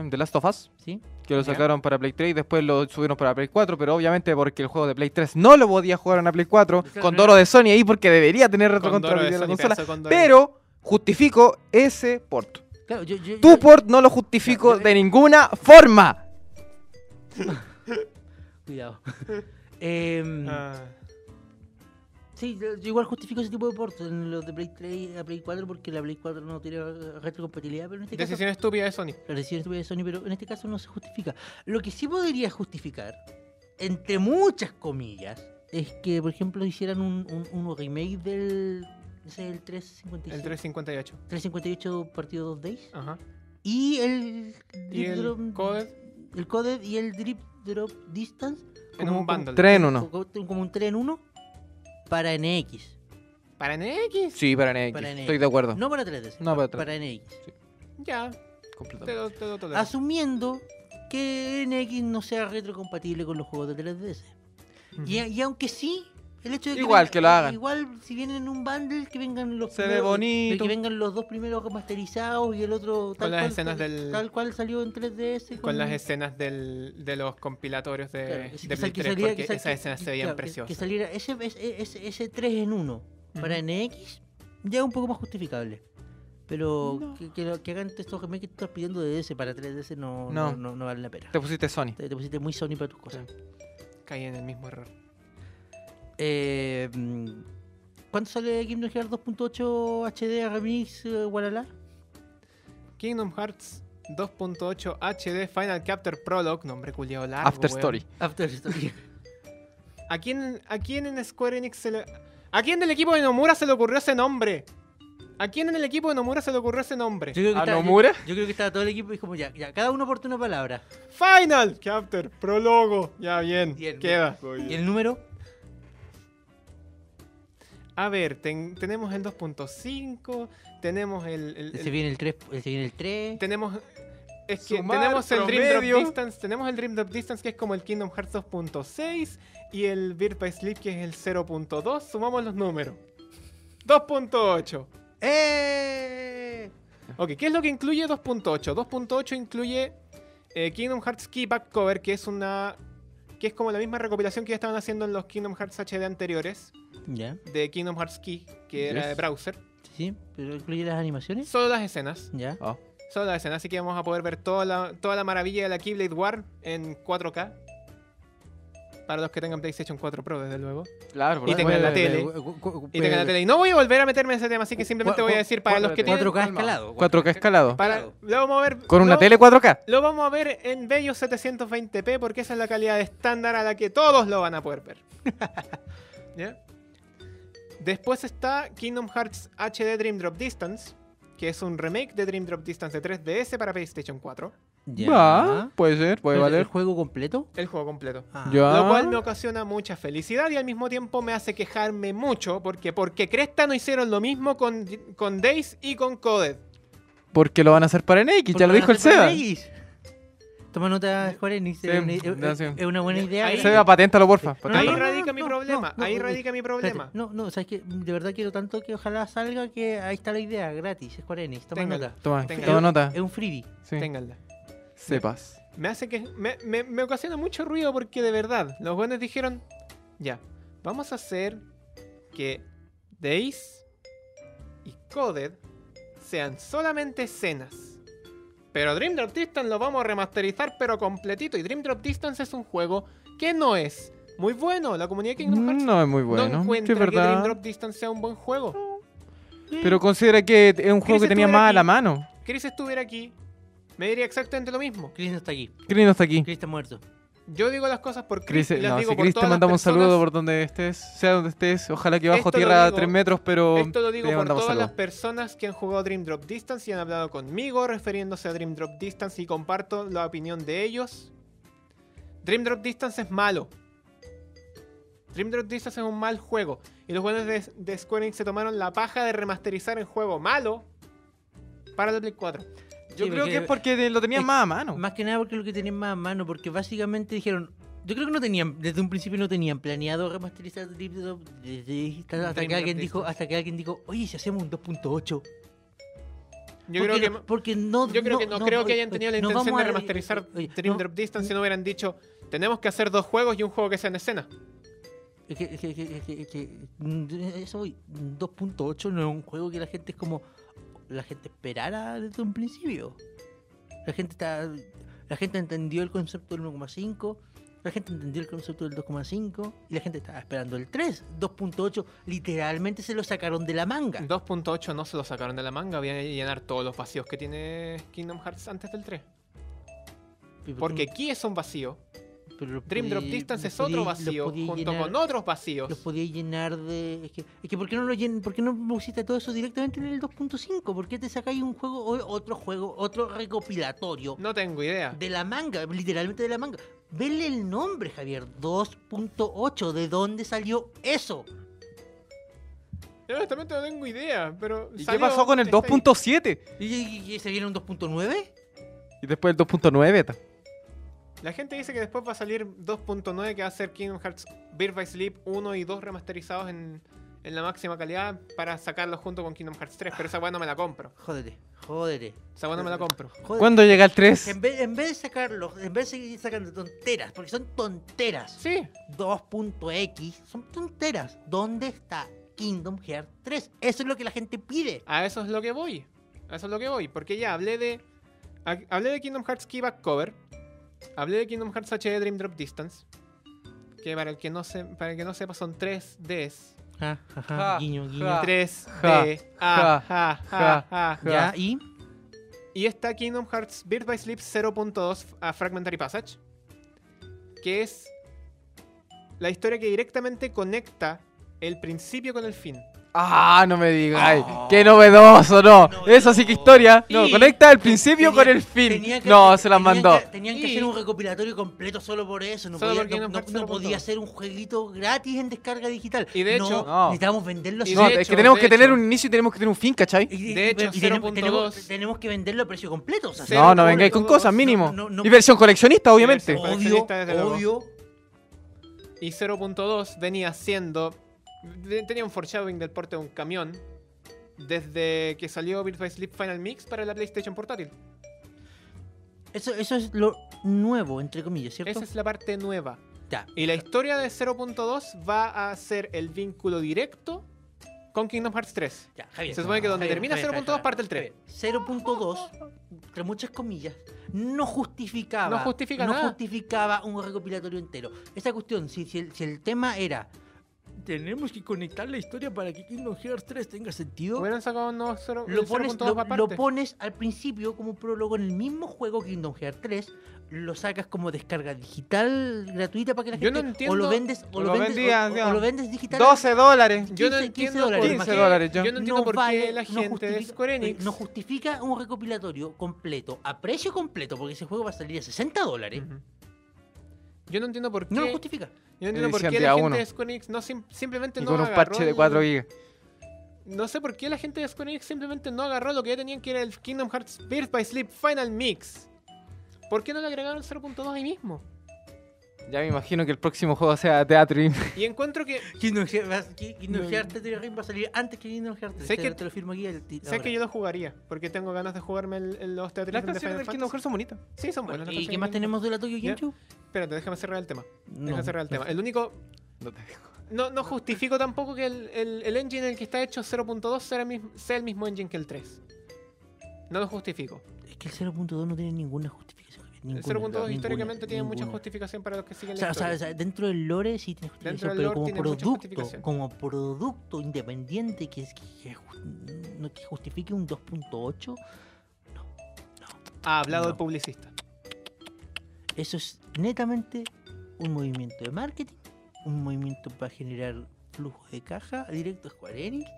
mm, The Last of Us, ¿Sí? que lo Ya. sacaron para Play 3 y después lo subieron para Play 4, pero obviamente porque el juego de Play 3 no lo podía jugar en la Play 4, Claro, con no Doro era- de Sony ahí porque debería tener Condoro de retrocompatibilidad la Sony, consola, pedazo de Condoro. pero justifico ese port. Claro, yo, yo- Tu yo- port no lo justifico yo- de ninguna forma. Cuidado. Em, Ah, Sí, yo, yo igual justifico ese tipo de ports en los de Play 3 a Play 4 porque la Play 4 no tiene eh, retrocompatibilidad, pero en este caso... decisión estúpida de Sony. la decisión estuvo de Sony, pero en este caso no se justifica. Lo que sí podría justificar, entre muchas comillas, es que, por ejemplo, hicieran un, un- un remake del ese es el 356, El 358. 358 partido 2 Days Ajá. y el Y Drip el Drop- code el Coded y el Drip Drop Distance en un bundle. Tres en uno. como, como un 3 en 1 para NX. ¿Para NX? Sí, para NX, Para NX. estoy de acuerdo. No para 3DS, No, para 3DS. para NX. Ya, te completamente. lo, te lo tolero. Asumiendo que NX no sea retrocompatible con los juegos de 3DS. Y, Ujú. y aunque sí, el hecho de que Igual que lo hagan. Igual, si vienen en un bundle, que vengan los Se ve bonito. Que vengan los dos primeros remasterizados y el otro Con las cual, escenas tal, del- tal cual salió en 3DS. Con las escenas del, de los compilatorios de, claro, que sal- de Play que 3, saliera- porque que sal- esas que- escenas se que- veían claro, que- preciosas. Que saliera ese, ese, ese, ese 3 en 1 para Ujú. NX, ya es un poco más justificable. Pero No. que, que, lo- que hagan estos remakes que estás pidiendo de DS para 3DS no, no. No. no, no vale la pena. Te pusiste Sony. Te, te pusiste muy Sony para tus cosas. Caí en el mismo error. Eh, ¿Cuánto sale Kingdom Hearts 2.8 HD Remix eh, Walala? Kingdom Hearts 2.8 HD Final Capture Prologue, nombre culiao Ah, largo. After weón. Story. After Story. ¿A quién, ¿A quién en Square Enix se le... ¿A quién del equipo de Nomura se le ocurrió ese nombre? ¿A quién en el equipo de Nomura se le ocurrió ese nombre? Yo creo que ¿A estaba- yo- Nomura? Yo, creo que estaba todo el equipo y como ya, ya, cada uno aporta una palabra. Final Capture Prologo. Ya bien. Bien. Queda. ¿Y el número? A ver, ten- tenemos el 2.5, tenemos el, el- Se viene el 3, se viene el 3. tenemos es que Sumar, tenemos el Dream promedio. Drop Distance, tenemos el Dream Drop Distance que es como el Kingdom Hearts 2.6 y el Bird by Sleep que es el 0.2, sumamos los números. 2.8. ¡Eh! Ok, ¿qué es lo que incluye 2.8? 2.8 incluye eh, Kingdom Hearts Key Back Cover, que es una que es como la misma recopilación que ya estaban haciendo en los Kingdom Hearts HD anteriores Ya, de Kingdom Hearts Key, que era Yes. de browser. sí, pero incluye las animaciones. Solo las escenas. Ya. Ah. Solo la escena, así que vamos a poder ver toda la, toda la maravilla de la Keyblade War en 4K. Para los que tengan PlayStation 4 Pro, desde luego. Claro, Y por tengan la ahí. tele. Y Pues- tengan la tele. Y no voy a volver a meterme en ese tema, así que simplemente Cu- voy a cu- decir para los que tienen. 4K Calmado. escalado. 4K escalado. Para, lo vamos a ver. Con una lo- tele 4K. Lo vamos a ver en bello 720p, porque esa es la calidad estándar a la que todos lo van a poder ver. ¿Ya? Después está Kingdom Hearts HD Dream Drop Distance, que es un remake de Dream Drop Distance de 3DS para PlayStation 4. Ya. Va, puede ser, puede ¿Pero ¿El valer. juego completo? El juego completo. Ah. Ya. Lo cual me ocasiona mucha felicidad y al mismo tiempo me hace quejarme mucho porque porque Cresta no hicieron lo mismo con, con Days y con Coded. Porque lo van a hacer para NX, ya lo dijo el Seba. Toma nota, Square Enix. Sí, es, una, es- no, sí. es una buena idea. Ahí- Seba, paténtalo, porfa. No, no, Ahí no, paténtalo. no, radica no, mi no, problema, no, ahí no, radica mi problema. Espérate, No, no, sabes que de verdad quiero tanto que ojalá salga que ahí está la idea, gratis, Square Enix. Toma Téngala. nota. Toma, Tenga. toma nota. Es un freebie. Sí. Ténganla. Sepas. Me hace que me, me- me ocasiona mucho ruido porque de verdad los buenos dijeron, ya, vamos a hacer que Days y Coded sean solamente escenas. Pero Dream Drop Distance lo vamos a remasterizar pero completito y Dream Drop Distance es un juego que no es muy bueno, la comunidad de Kingdom Hearts No es muy no bueno. sí, encuentra es que Dream verdad. Drop Distance sea un buen juego. Pero considera que es un juego Chris que tenía estuviera más a aquí. la mano. Chris estuviera aquí, me diría exactamente lo mismo. Chris no está aquí. Chris no está aquí. Chris está muerto. Yo digo las cosas por Chris, Chris, y las no, digo si por Chris te todas las mandamos un saludo personas por donde estés, sea donde estés, ojalá que bajo Esto lo tierra a digo- 3 metros, pero Esto lo digo te por mandamos todas las saludos. personas que han jugado Dream Drop Distance y han hablado conmigo refiriéndose a Dream Drop Distance y comparto la opinión de ellos. Dream Drop Distance es malo. Dream Drop Distance es un mal juego. Y los buenos de, de Square Enix se tomaron la paja de remasterizar el juego malo para la Play 4. Yo Sí, creo porque- que es porque te- lo tenías es- más a mano. Más que nada porque lo que tenían más a mano, porque básicamente dijeron. Yo creo que no tenían, desde un principio no tenían planeado remasterizar Dream Drop Distance hasta, Dream que Drop alguien dijo, Distance. hasta que alguien dijo, oye, si hacemos un 2.8. Yo Porque creo que no- porque no, Yo creo que no, creo que hayan tenido la no intención vamos de a- remasterizar oye, Dream no, Drop Distance si no hubieran dicho, tenemos que hacer dos juegos y un juego que sea en escena. es que- es que- es que- es que- es que- mm, eso voy, 2.8 no es un juego que la gente es como la gente esperara desde un principio. La gente está la gente entendió el concepto del 1.5, la gente entendió el concepto del 2.5 y la gente estaba esperando el 3. 2.8 literalmente se lo sacaron de la manga. 2.8 no se lo sacaron de la manga, voy a llenar todos los vacíos que tiene Kingdom Hearts antes del 3. Pero tú- Porque aquí es un vacío, pero lo Dream Drop podí- Distance lo es otro podí- lo vacío, podí junto llenar- con otros vacíos. los podía llenar de. Es que, es que ¿por qué no lo llen, ¿por qué no pusiste todo eso directamente en el 2.5? ¿Por qué te sacáis un juego, o- otro juego, otro recopilatorio No tengo idea. de la manga, literalmente de la manga? Vele el nombre, Javier. 2.8. ¿De dónde salió eso? Yo honestamente no tengo idea, pero... ¿Y este? qué salió- pasó con el está ahí. 2.7? ¿Y, y- y se viene un 2.9? Y después el 2.9 ta. La gente dice que después va a salir 2.9 que va a ser Kingdom Hearts Birth by Sleep 1 y 2 remasterizados en, en la máxima calidad para sacarlos junto con Kingdom Hearts 3, pero esa weá no me la compro. Jódete, jódete. Esa weá no me la compro. jódete. ¿Cuándo llega el 3? En vez, en vez de sacarlos, en vez de seguir sacando tonteras, porque son tonteras. Sí, 2.x son tonteras. ¿Dónde está Kingdom Hearts 3? Eso es lo que la gente pide. a eso es lo que voy. A Eso es lo que voy, porque ya hablé de. ha- Hablé de Kingdom Hearts Key Back Cover. Hablé de Kingdom Hearts HD Dream Drop Distance. Que para el que no, se, para el que no sepa son 3Ds. Ja, ja, ja, Ja, guiño, guiño. ja. 3D. ja, Ah, ja, ja, ja. Ya, y. Y está Kingdom Hearts Birth by Sleep 0.2 a Fragmentary Passage. Que es la historia que directamente conecta el principio con el fin. Ah, no me digas. Ay, Oh. qué novedoso, no. Novedoso. Eso sí que historia. No, Y conecta el principio Tenía- con el fin. tenía que- No, se las tenían mandó. que- tenían que Y- hacer un recopilatorio completo solo por eso. No Solo podía, por Kingdom no- Hearts no- no 0.2. podía ser un jueguito gratis en descarga digital. Y de No, hecho- No. necesitamos venderlo Y así. No, de es hecho, que tenemos de que tener hecho. un inicio y tenemos que tener un fin, ¿cachai? Y- y- de hecho, y tenemos, 0.2. tenemos- tenemos que venderlo a precio completo. O sea, Cero No, no por vengáis con todos, cosas, no, mínimo. no, no. Y versión coleccionista, obviamente. versión- obvio, coleccionista, desde luego. obvio. Y 0.2 venía siendo. de- Tenía un foreshadowing del porte de un camión. Desde que salió Birth by Sleep Final Mix para la PlayStation Portátil. Eso, eso es lo nuevo, entre comillas, ¿cierto? Esa es la parte nueva. Ya. Y la historia de 0.2 va a ser el vínculo directo con Kingdom Hearts 3. Ya, Javier. Se supone que donde Javier, termina Javier, 0.2 Javier, parte el 3. Javier, 0.2, entre muchas comillas, no justificaba. No justifica no nada. justificaba un recopilatorio entero. Esa cuestión, si, si el, si el tema era. Tenemos que conectar la historia para que Kingdom Hearts 3 tenga sentido. Hubieran sacado no cero- el lo, pones, 0.2 lo, aparte. lo pones al principio como un prólogo en el mismo juego Kingdom Hearts 3. Lo sacas como descarga digital gratuita para que la Yo no gente. entiendo- O lo vendes, o Lo lo vendes, vendía, o- o digamos, lo vendes digital. 12 dólares. Yo no 15 entiendo 15 por dólares, qué- 15 dólares yo. Yo no entiendo por qué vale, la no gente de justifica- eh, Square Enix. No justifica un recopilatorio completo, a precio completo, porque ese juego va a salir a 60 dólares. Ujú. Yo no entiendo por qué. No lo justifica. Yo no entiendo por Edición qué día la gente uno. de Square Enix no sim- simplemente Y no con un agarró parche de el- 4 gigas. No sé por qué la gente de Square Enix simplemente no agarró lo que ya tenían que era el Kingdom Hearts Birth by Sleep Final Mix. ¿Por qué no le agregaron 0.2 ahí mismo? Ya me imagino que el próximo juego sea teatro y... Y encuentro que. Kingdom Hearts Ki- Kingdom No. Hearts Tetris Ring va a salir antes que Kingdom Hearts. Sé Te, que- te lo firmo aquí. al ti- Sé que yo ahora. lo jugaría, porque tengo ganas de jugarme el- el- los Tetris Las de canciones Final del Kingdom Fantasy. Hearts son bonitas. Sí, son buenas. las ¿Y canciones qué más de- tenemos de la Tokyo Ya. Game Show? Espérate, déjame cerrar el tema. No, Déjame cerrar el no. tema. El único. No te dejo. No, no justifico tampoco que el, el- el engine en el que está hecho 0.2 sea, el mis- sea el mismo engine que el 3. No lo justifico. Es que el 0.2 no tiene ninguna justificación. El ninguna, 0.2 ninguna, históricamente tiene mucha ninguna. justificación para los que siguen O la sea, o sea, historia. o sea, dentro del lore sí tiene justificación, del pero lore como tiene mucha producto, justificación. como producto independiente que, es, que, ju- no- que justifique un 2.8, ha hablado no. el publicista. eso es netamente un movimiento de marketing, un movimiento para generar flujo de caja directo a Square Enix,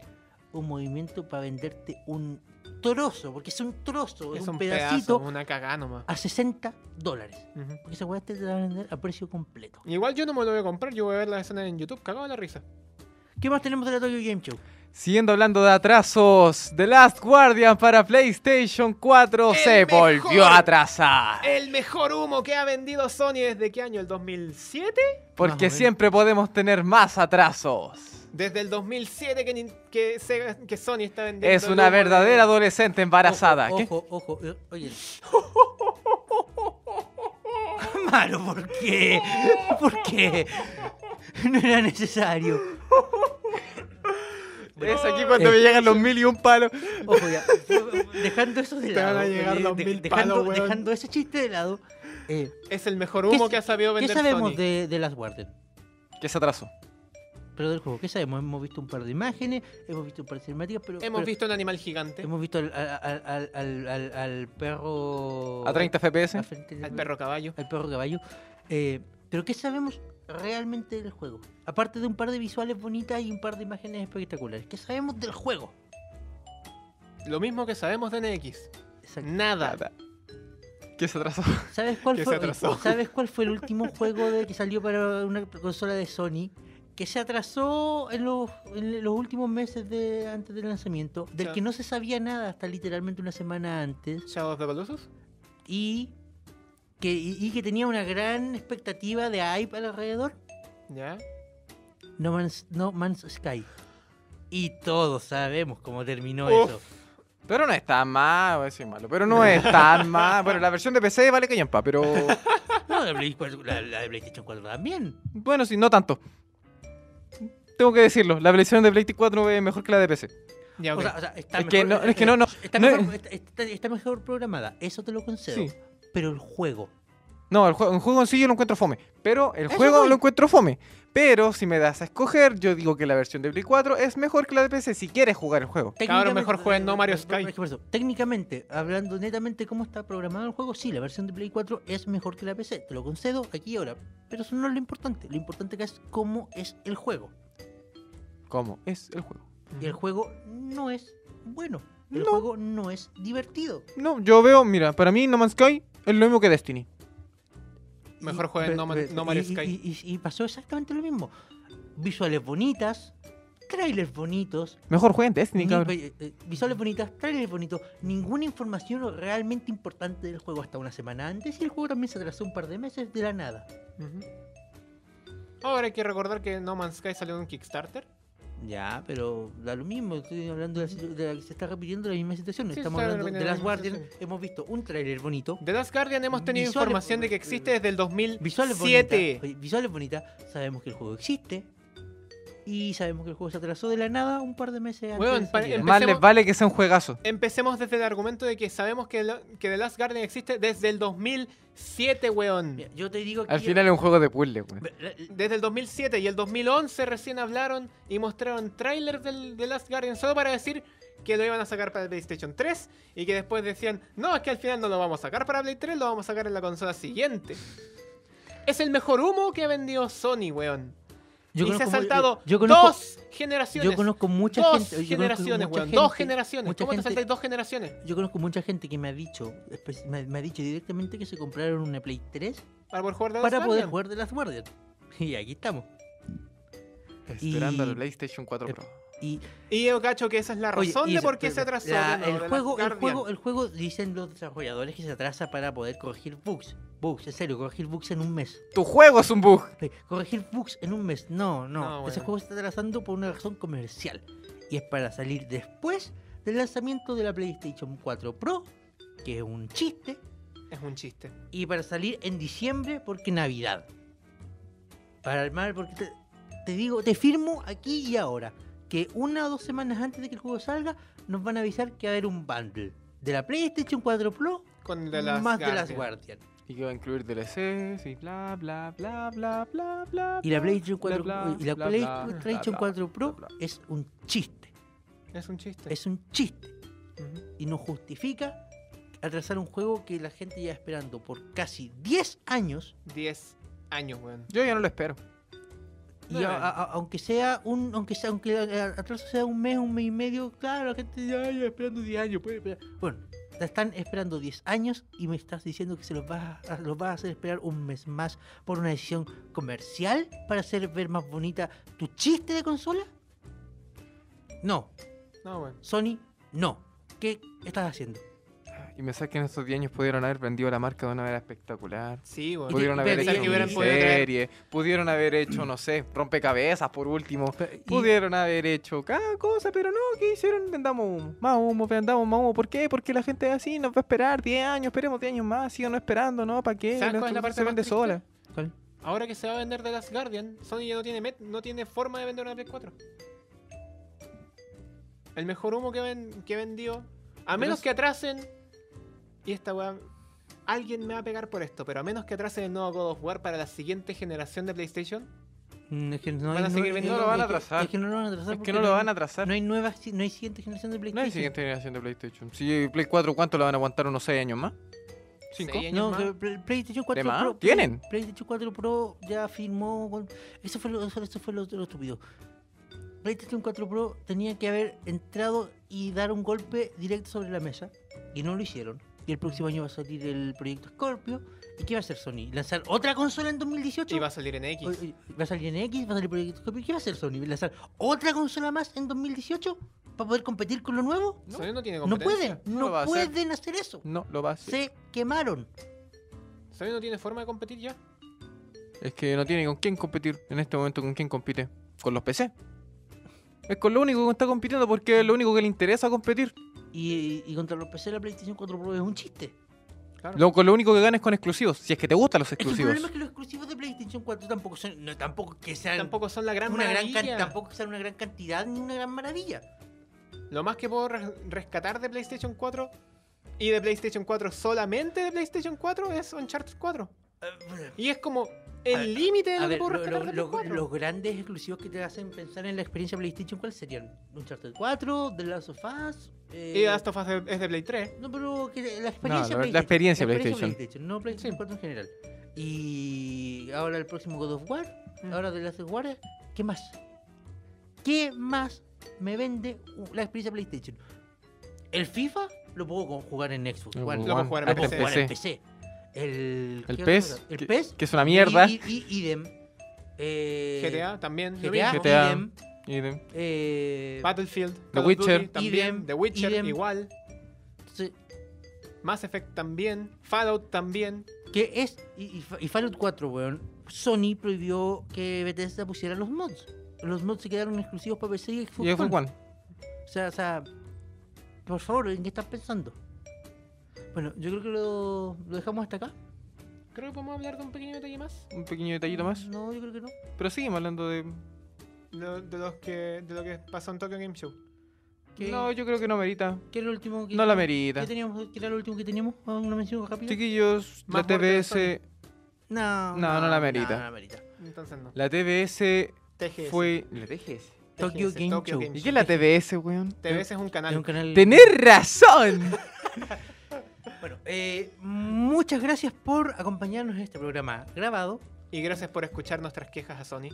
un movimiento para venderte un trozo, porque es un trozo, es, un, pedacito pedazo, una cagada nomás. a 60 dólares. Ujú. Porque esa weá te la van a vender a precio completo. Igual yo no me lo voy a comprar, yo voy a ver la escena en YouTube, cagado de la risa. ¿Qué más tenemos de la Tokyo Game Show? Siguiendo hablando de atrasos, The Last Guardian para PlayStation 4 El se mejor. volvió a atrasar. Eh, El mejor humo que ha vendido Sony desde qué año? ¿El 2007? Más o Porque menos. siempre podemos tener más atrasos. Desde el 2007 que, nin- que, Sega- que Sony está vendiendo. Es el una humo de- verdadera adolescente embarazada. Ojo, ¿Qué? ojo, ojo, eh, oye. Amaro, ¿por qué? ¿Por qué? No era necesario. Es aquí cuando Eh, me llegan los mil y un palos. Ojo, ya. Dejando eso de Te van a lado. llegar eh, los de- mil dejando, palos, weón. dejando ese chiste de lado. eh, Es el mejor humo ¿Qué- que ha sabido ¿Qué vender sabemos Sony. de, de Last Guardian? ¿Qué se atrasó? Pero del juego, ¿qué sabemos? Hemos visto un par de imágenes, hemos visto un par de cinemáticas, pero. Hemos pero visto ¿eh? un animal gigante. Hemos visto al, al- al- al- al- al perro. ¿A 30 al FPS? frente del- Al perro caballo. al perro caballo. Eh, Pero ¿qué sabemos realmente del juego? Aparte de un par de visuales bonitas y un par de imágenes espectaculares. ¿Qué sabemos del juego? Lo mismo que sabemos de NX. Exacto. Nada. Nada. ¿Qué se atrasó? ¿Sabes cuál, Que fue, se atrasó. ¿Sabes cuál fue el último juego de, que salió para una consola de Sony? Que se atrasó en los, en los últimos meses de, antes del lanzamiento. Del Ya. que no se sabía nada hasta literalmente una semana antes. Shadow of the Colossus. Y que, y, y que tenía una gran expectativa de hype alrededor. Ya. No Man's, no Man's Sky. Y todos sabemos cómo terminó Uf. eso. Pero no es tan mal, voy a decir malo. Pero no es tan mal. Bueno, la versión de PC vale que yampa, pero. No, la, Play 4 la- la de PlayStation 4 también. Bueno, sí, no tanto. Tengo que decirlo, la versión de PlayStation 4 es mejor que la de PC. Ya, ok. O sea, o sea, está Es mejor, eh, que no- es que no, no, Está, no mejor, eh. es- está- está- está mejor programada, eso te lo concedo. Sí. Pero el juego. No, el juego, el juego en sí yo lo encuentro fome. Pero el Eso juego voy. lo encuentro fome. Pero si me das a escoger, yo digo que la versión de Play 4 es mejor que la de PC si quieres jugar el juego. Cabrón, mejor Técnicamente- jueguen No Mario eh, Sky. es que por eso, técnicamente, hablando netamente cómo está programado el juego, sí, la versión de Play 4 es mejor que la PC, te lo concedo aquí y ahora. Pero eso no es lo importante, lo importante que es cómo es el juego. ¿Cómo? Es el juego. Y el juego no es bueno, el No. juego no es divertido. No, yo veo, mira, para mí No Man's Sky es lo mismo que Destiny. Mejor jueguen ve- No Man- ve- No Mario y- y- Sky. Y, y- y pasó exactamente lo mismo. Visuales bonitas, trailers bonitos, Mejor jueguen Destiny, ni- cabrón. eh, eh, visuales bonitas, trailers bonitos, ninguna información realmente importante del juego hasta una semana antes y el juego también se atrasó un par de meses de la nada. Ujú. Ahora hay que recordar que No Man's Sky salió en un Kickstarter. Ya, pero da lo mismo, estoy hablando de, la situ- de la- se está repitiendo la misma situación, Sí, estamos está hablando de repitiendo la Last misma Guardian, situación. hemos visto un trailer bonito, The Last Guardian hemos tenido Visuales- información de que existe desde el Visuales 2007. bonitas. oye, Visuales bonitas. Sabemos que el juego existe. Y sabemos que el juego se atrasó de la nada un par de meses antes. Weón, de para- salir. empecemos- Más les vale que sea un juegazo. Empecemos desde el argumento de que sabemos que, lo- que The Last Guardian existe desde el 2007, weón. Mira, eh. Yo te digo que. Al final es un juego de puzzle, weón. Desde el 2007 y el 2011 recién hablaron y mostraron trailers del The Last Guardian solo para decir que lo iban a sacar para el PlayStation 3 y que después decían, no, es que al final no lo vamos a sacar para Play 3, lo vamos a sacar en la consola siguiente. Es el mejor humo que ha vendido Sony, weón. Yo y se ha conozco- saltado yo conozco- dos generaciones. Yo conozco mucha dos gente. yo conozco generaciones, mucha weón. Dos gente- generaciones. mucha ¿Cómo te gente- saltáis dos generaciones? Yo conozco mucha gente que me ha dicho, espe- me, me ha dicho directamente que se compraron una Play 3 Para poder jugar de para poder jugar de Last Guardian. Y aquí estamos. Esperando Y- al PlayStation 4 Pro. Y Y yo cacho que esa es la Oye, razón y de eso, por qué pero- se atrasó. la- de nuevo, el, The Last juego, el, Guardian. juego, el juego dicen los desarrolladores que se atrasa para poder corregir bugs. Bugs, en serio, corregir bugs en un mes. Tu juego es un bug. Eh, Corregir bugs en un mes. No, no. No, Ese bueno. juego se está atrasando por una razón comercial. Y es para salir después del lanzamiento de la PlayStation 4 Pro, que es un chiste. Es un chiste. Y para salir en diciembre porque Navidad. Para armar, porque te, te digo, te firmo aquí y ahora. Que una o dos semanas antes de que el juego salga, nos van a avisar que va a haber un bundle. De la PlayStation 4 Pro, Con The Last Mm, más de Guardian. las Guardian. Y que va a incluir DLCs y bla, bla, bla, bla, bla, bla. Y la PlayStation 4, bla, bla, y la bla, bla, bla, bla, PlayStation bla, 4 Pro bla, bla. es un chiste. Es un chiste. Es un chiste. Ujú. Y no justifica atrasar un juego que la gente lleva esperando por casi 10 años. 10 años, weón. Yo ya no lo espero. Y a- Nueve a- a- aunque sea un aunque sea aunque el atraso sea un mes, un mes y medio, claro, la gente dice, "Ay, esperando 10 años, puede esperar". Bueno, la están esperando 10 años y me estás diciendo que se los vas a, los vas a hacer esperar un mes más por una decisión comercial para hacer ver más bonita tu chiste de consola? No, No, weón. Sony, no. ¿Qué estás haciendo? Y me que en estos 10 años pudieron haber vendido la marca de una manera espectacular. Sí, weón. Pudieron Pudieron haber haber pensar hecho que una hubieran podido traer- serie, pudieron haber hecho, no sé, rompecabezas por último, Pe- y- pudieron haber hecho cada cosa, pero no, ¿qué hicieron? Vendamos humo, más humo, vendamos más humo, ¿por qué? Porque la gente es así, nos va a esperar 10 años, esperemos 10 años más, sigan esperando, ¿no? ¿Para ¿Sabes qué? Nuestra cuál es la cosa parte se más vende triste? sola. ¿Cuál? Ahora que se va a vender The Last Guardian, Sony ya no tiene, met- no tiene forma de vender una Play 4. El mejor humo que, ven- que vendió. A menos es- que atrasen. Y esta weá. Alguien me va a pegar por esto, pero a menos que atrasen el nuevo God of War para la siguiente generación de PlayStation. Mm, es que no Van a hay- seguir no- vendiendo, no- lo van a es que- atrasar. Es que no lo van a atrasar. Es que porque no lo van a No atrasar. hay nueva, no hay siguiente generación de PlayStation. No hay siguiente generación de PlayStation. Si Play 4, ¿cuánto la van a aguantar? ¿Unos 6 años más? ¿Cinco? Seis años No, más. que Play- PlayStation 4 ¿De más? Pro. ¿Tienen? PlayStation 4 Pro ya firmó. con- Eso fue lo, eso, eso fue lo, lo estúpido. PlayStation 4 Pro tenía que haber entrado y dar un golpe directo sobre la mesa. Y no lo hicieron. Y el próximo año va a salir el proyecto Scorpio. ¿Y qué va a hacer Sony? ¿Lanzar otra consola en 2018? Y va a salir en X. Oye, oye, ¿Va a salir en X? ¿Va a salir Proyecto Scorpio? ¿Qué va a hacer Sony? ¿Va a lanzar otra consola más en 2018? ¿Para poder competir con lo nuevo? Sony no tiene No competencia. pueden, No lo va no a hacer. pueden hacer eso. No, lo va a hacer. Se quemaron. Sony no tiene forma de competir ya. Es que no tiene con quién competir en este momento. ¿Con quién compite? Con los PC. Es con lo único que está compitiendo porque es lo único que le interesa competir. Y, y contra los PC la PlayStation 4 Pro es un chiste. Claro. Lo, con lo único que gana es con exclusivos. Si es que te gustan los Es que el exclusivos. Este problema es que los exclusivos de PlayStation 4 tampoco son, no, tampoco que sean Tampoco son la gran una gran maravilla. can- tampoco que sean una gran cantidad ni una gran maravilla. Lo más que puedo res- rescatar de PlayStation 4 y de PlayStation 4 solamente de PlayStation 4 es Uncharted 4. Y es como A- el límite de A lo que ver, puedo lo- rescatar lo- de lo- Play 4. los grandes exclusivos que te hacen pensar en la experiencia PlayStation, ¿cuáles serían? Uncharted 4, The Last of Us. eh, Y Last of Us es de Play 3. No, pero que la experiencia. la- la PlayStation, experiencia PlayStation. No PlayStation 4 en general. Y ahora el próximo God of War. Mm. Ahora The Last of Us. ¿Qué más? ¿Qué más me vende u- la experiencia PlayStation? ¿El FIFA? Lo puedo con- jugar en Xbox El One. Lo puedo One, jugar en Lo puedo el PC. jugar en PC. PC. El, ¿qué El otra PES, cosa? El que- PES. que es una mierda. Y, y- y- idem. Eh, GTA también. GTA, lo mismo. GTA. idem, Y de- eh, Battlefield. Call The of Witcher. Duty también. Idem, The Witcher idem. igual. sí, Mass Effect también. Fallout también. que es. Y, y Fa- y Fallout 4, weón. Sony prohibió que Bethesda pusiera los mods. Los mods se quedaron exclusivos para PC y Xbox Y Xbox One. One. O sea, o sea, por favor, ¿en qué estás pensando? Bueno, yo creo que lo, lo dejamos hasta acá. Creo que podemos hablar de un pequeño detalle más. Un pequeño detallito más. No, yo creo que no. Pero seguimos hablando de. Lo- de, los que, de lo que pasó en Tokyo Game Show. ¿Qué, No, yo creo que no merita. qué era lo último que No la ¿Qué merita. teníamos? ¿Qué era lo último que teníamos? ¿Una mención rápida? Chiquillos, la Más muerte de TBS. No, No, no la merita. no la merita. Entonces no. La TBS TGS. fue. ¿La TGS? Tokyo TGS, Game Show. ¿Y qué es la TGS? TBS, weón? TBS es un Es un canal. canal. ¡Tener razón! Bueno, eh, muchas gracias por acompañarnos en este programa grabado. Y gracias por escuchar nuestras quejas a Sony.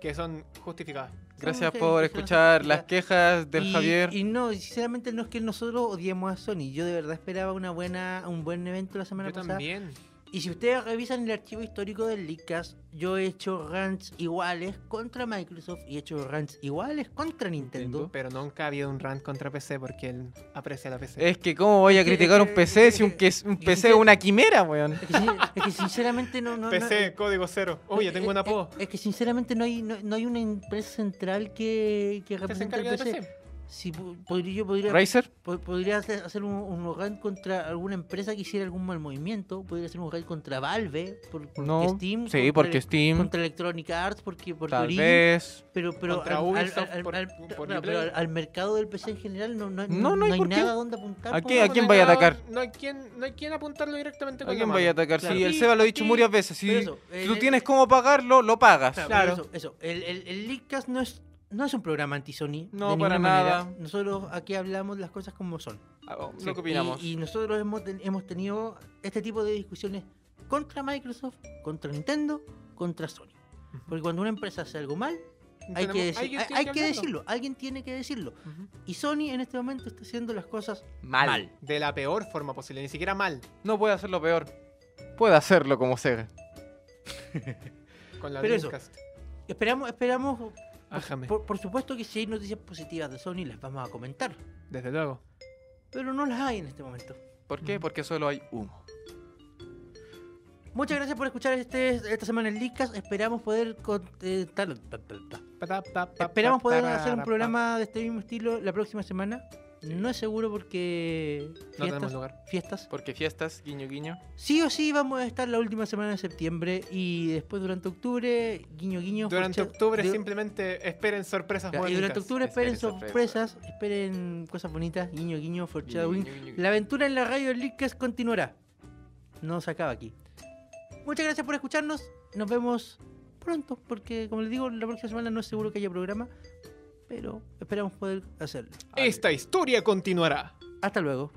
que son justificadas. Gracias que- por que- escuchar las quejas del y, Javier. Y no, y sinceramente no es que nosotros odiemos a Sony. Yo de verdad esperaba una buena, un buen evento la semana Yo pasada. también. Y si ustedes revisan el archivo histórico del Leakcast, yo he hecho rants iguales contra Microsoft y he hecho rants iguales contra Nintendo. Pero nunca ha habido un rant contra PC porque él aprecia la PC. Es que, ¿cómo voy a Es que- criticar es un que- PC es si un, que- que es- un es que PC sí. es una quimera, weón? Es que, sin- es que sinceramente no... eh, no- no- PC, código cero. Oye, tengo un una apodo. eh, Es, que sinceramente no hay, no, no hay una empresa central que, que ¿Usted se represente encarga al de PC. PC? Si po- podría, yo podría, ¿Razer? po- podría hacer, hacer un, un rant contra alguna empresa que hiciera algún mal movimiento. Podría hacer un rant contra Valve, por, porque No. Steam. Sí, contra porque el- Steam. Contra Electronic Arts, porque, porque Tal Origin, vez. Pero, pero, Contra al, al- Ubisoft al- por- al- por no, pero mi Play. al- al mercado del PC en general no, no, No, no hay por qué. nada donde apuntar. ¿A po, qué- weón. a quién No hay vaya a nada- atacar? No hay quien, no hay quien apuntarlo directamente con ¿A quién la vaya a mano. atacar? Claro. Sí, el Sí, Seba lo ha dicho sí. muchas veces. Pero Si eso, eh, tú eh, tienes cómo pagarlo, lo pagas. Claro, pero Eso, eso. El, el, el Leakcast no es, no es un programa anti-Sony. No, de para ninguna nada. manera. Nosotros aquí hablamos las cosas como son. Ah, oh, Sí. Lo que opinamos. Y, y nosotros hemos, ten- hemos tenido este tipo de discusiones contra Microsoft, contra Nintendo, contra Sony. Ujú. Porque cuando una empresa hace algo mal, hay que, Tenemos- decir- alguien hay- tiene hay que hablarlo. decirlo. Alguien tiene que decirlo. Ujú. Y Sony en este momento está haciendo las cosas Mal. De la peor forma posible, ni siquiera mal. No puede hacerlo peor. Puede hacerlo como Sega. Con la Pero eso. Dreamcast. Esperamos, esperamos. Ájame. Por, por supuesto que si hay noticias positivas de Sony las vamos a comentar, Desde luego. pero no las hay en este momento. ¿Por qué? Ujú. Porque solo hay humo. Muchas gracias por escuchar este, esta semana el Leadcast. Esperamos poder eh, contestar- Pa, pa, pa, pa, Esperamos poder pa, hacer un pa, programa de este mismo estilo la próxima semana. No es seguro porque pa. No tenemos fiestas, lugar. fiestas. Porque fiestas, guiño, guiño. Sí o sí vamos a estar la última semana de septiembre y después durante octubre, guiño guiño. Durante fourche- octubre de- simplemente esperen sorpresas Ya, bonitas. Y durante octubre esperen Esperen sorpresas, esperen cosas bonitas, guiño, guiño, Guiño, foreshadowing. guiño, guiño. La aventura en la radio del Leadcast continuará. No se acaba aquí. Muchas gracias por escucharnos. Nos vemos pronto, porque como les digo, la próxima semana no es seguro que haya programa, pero esperamos poder hacerlo. Esta historia continuará. Hasta luego.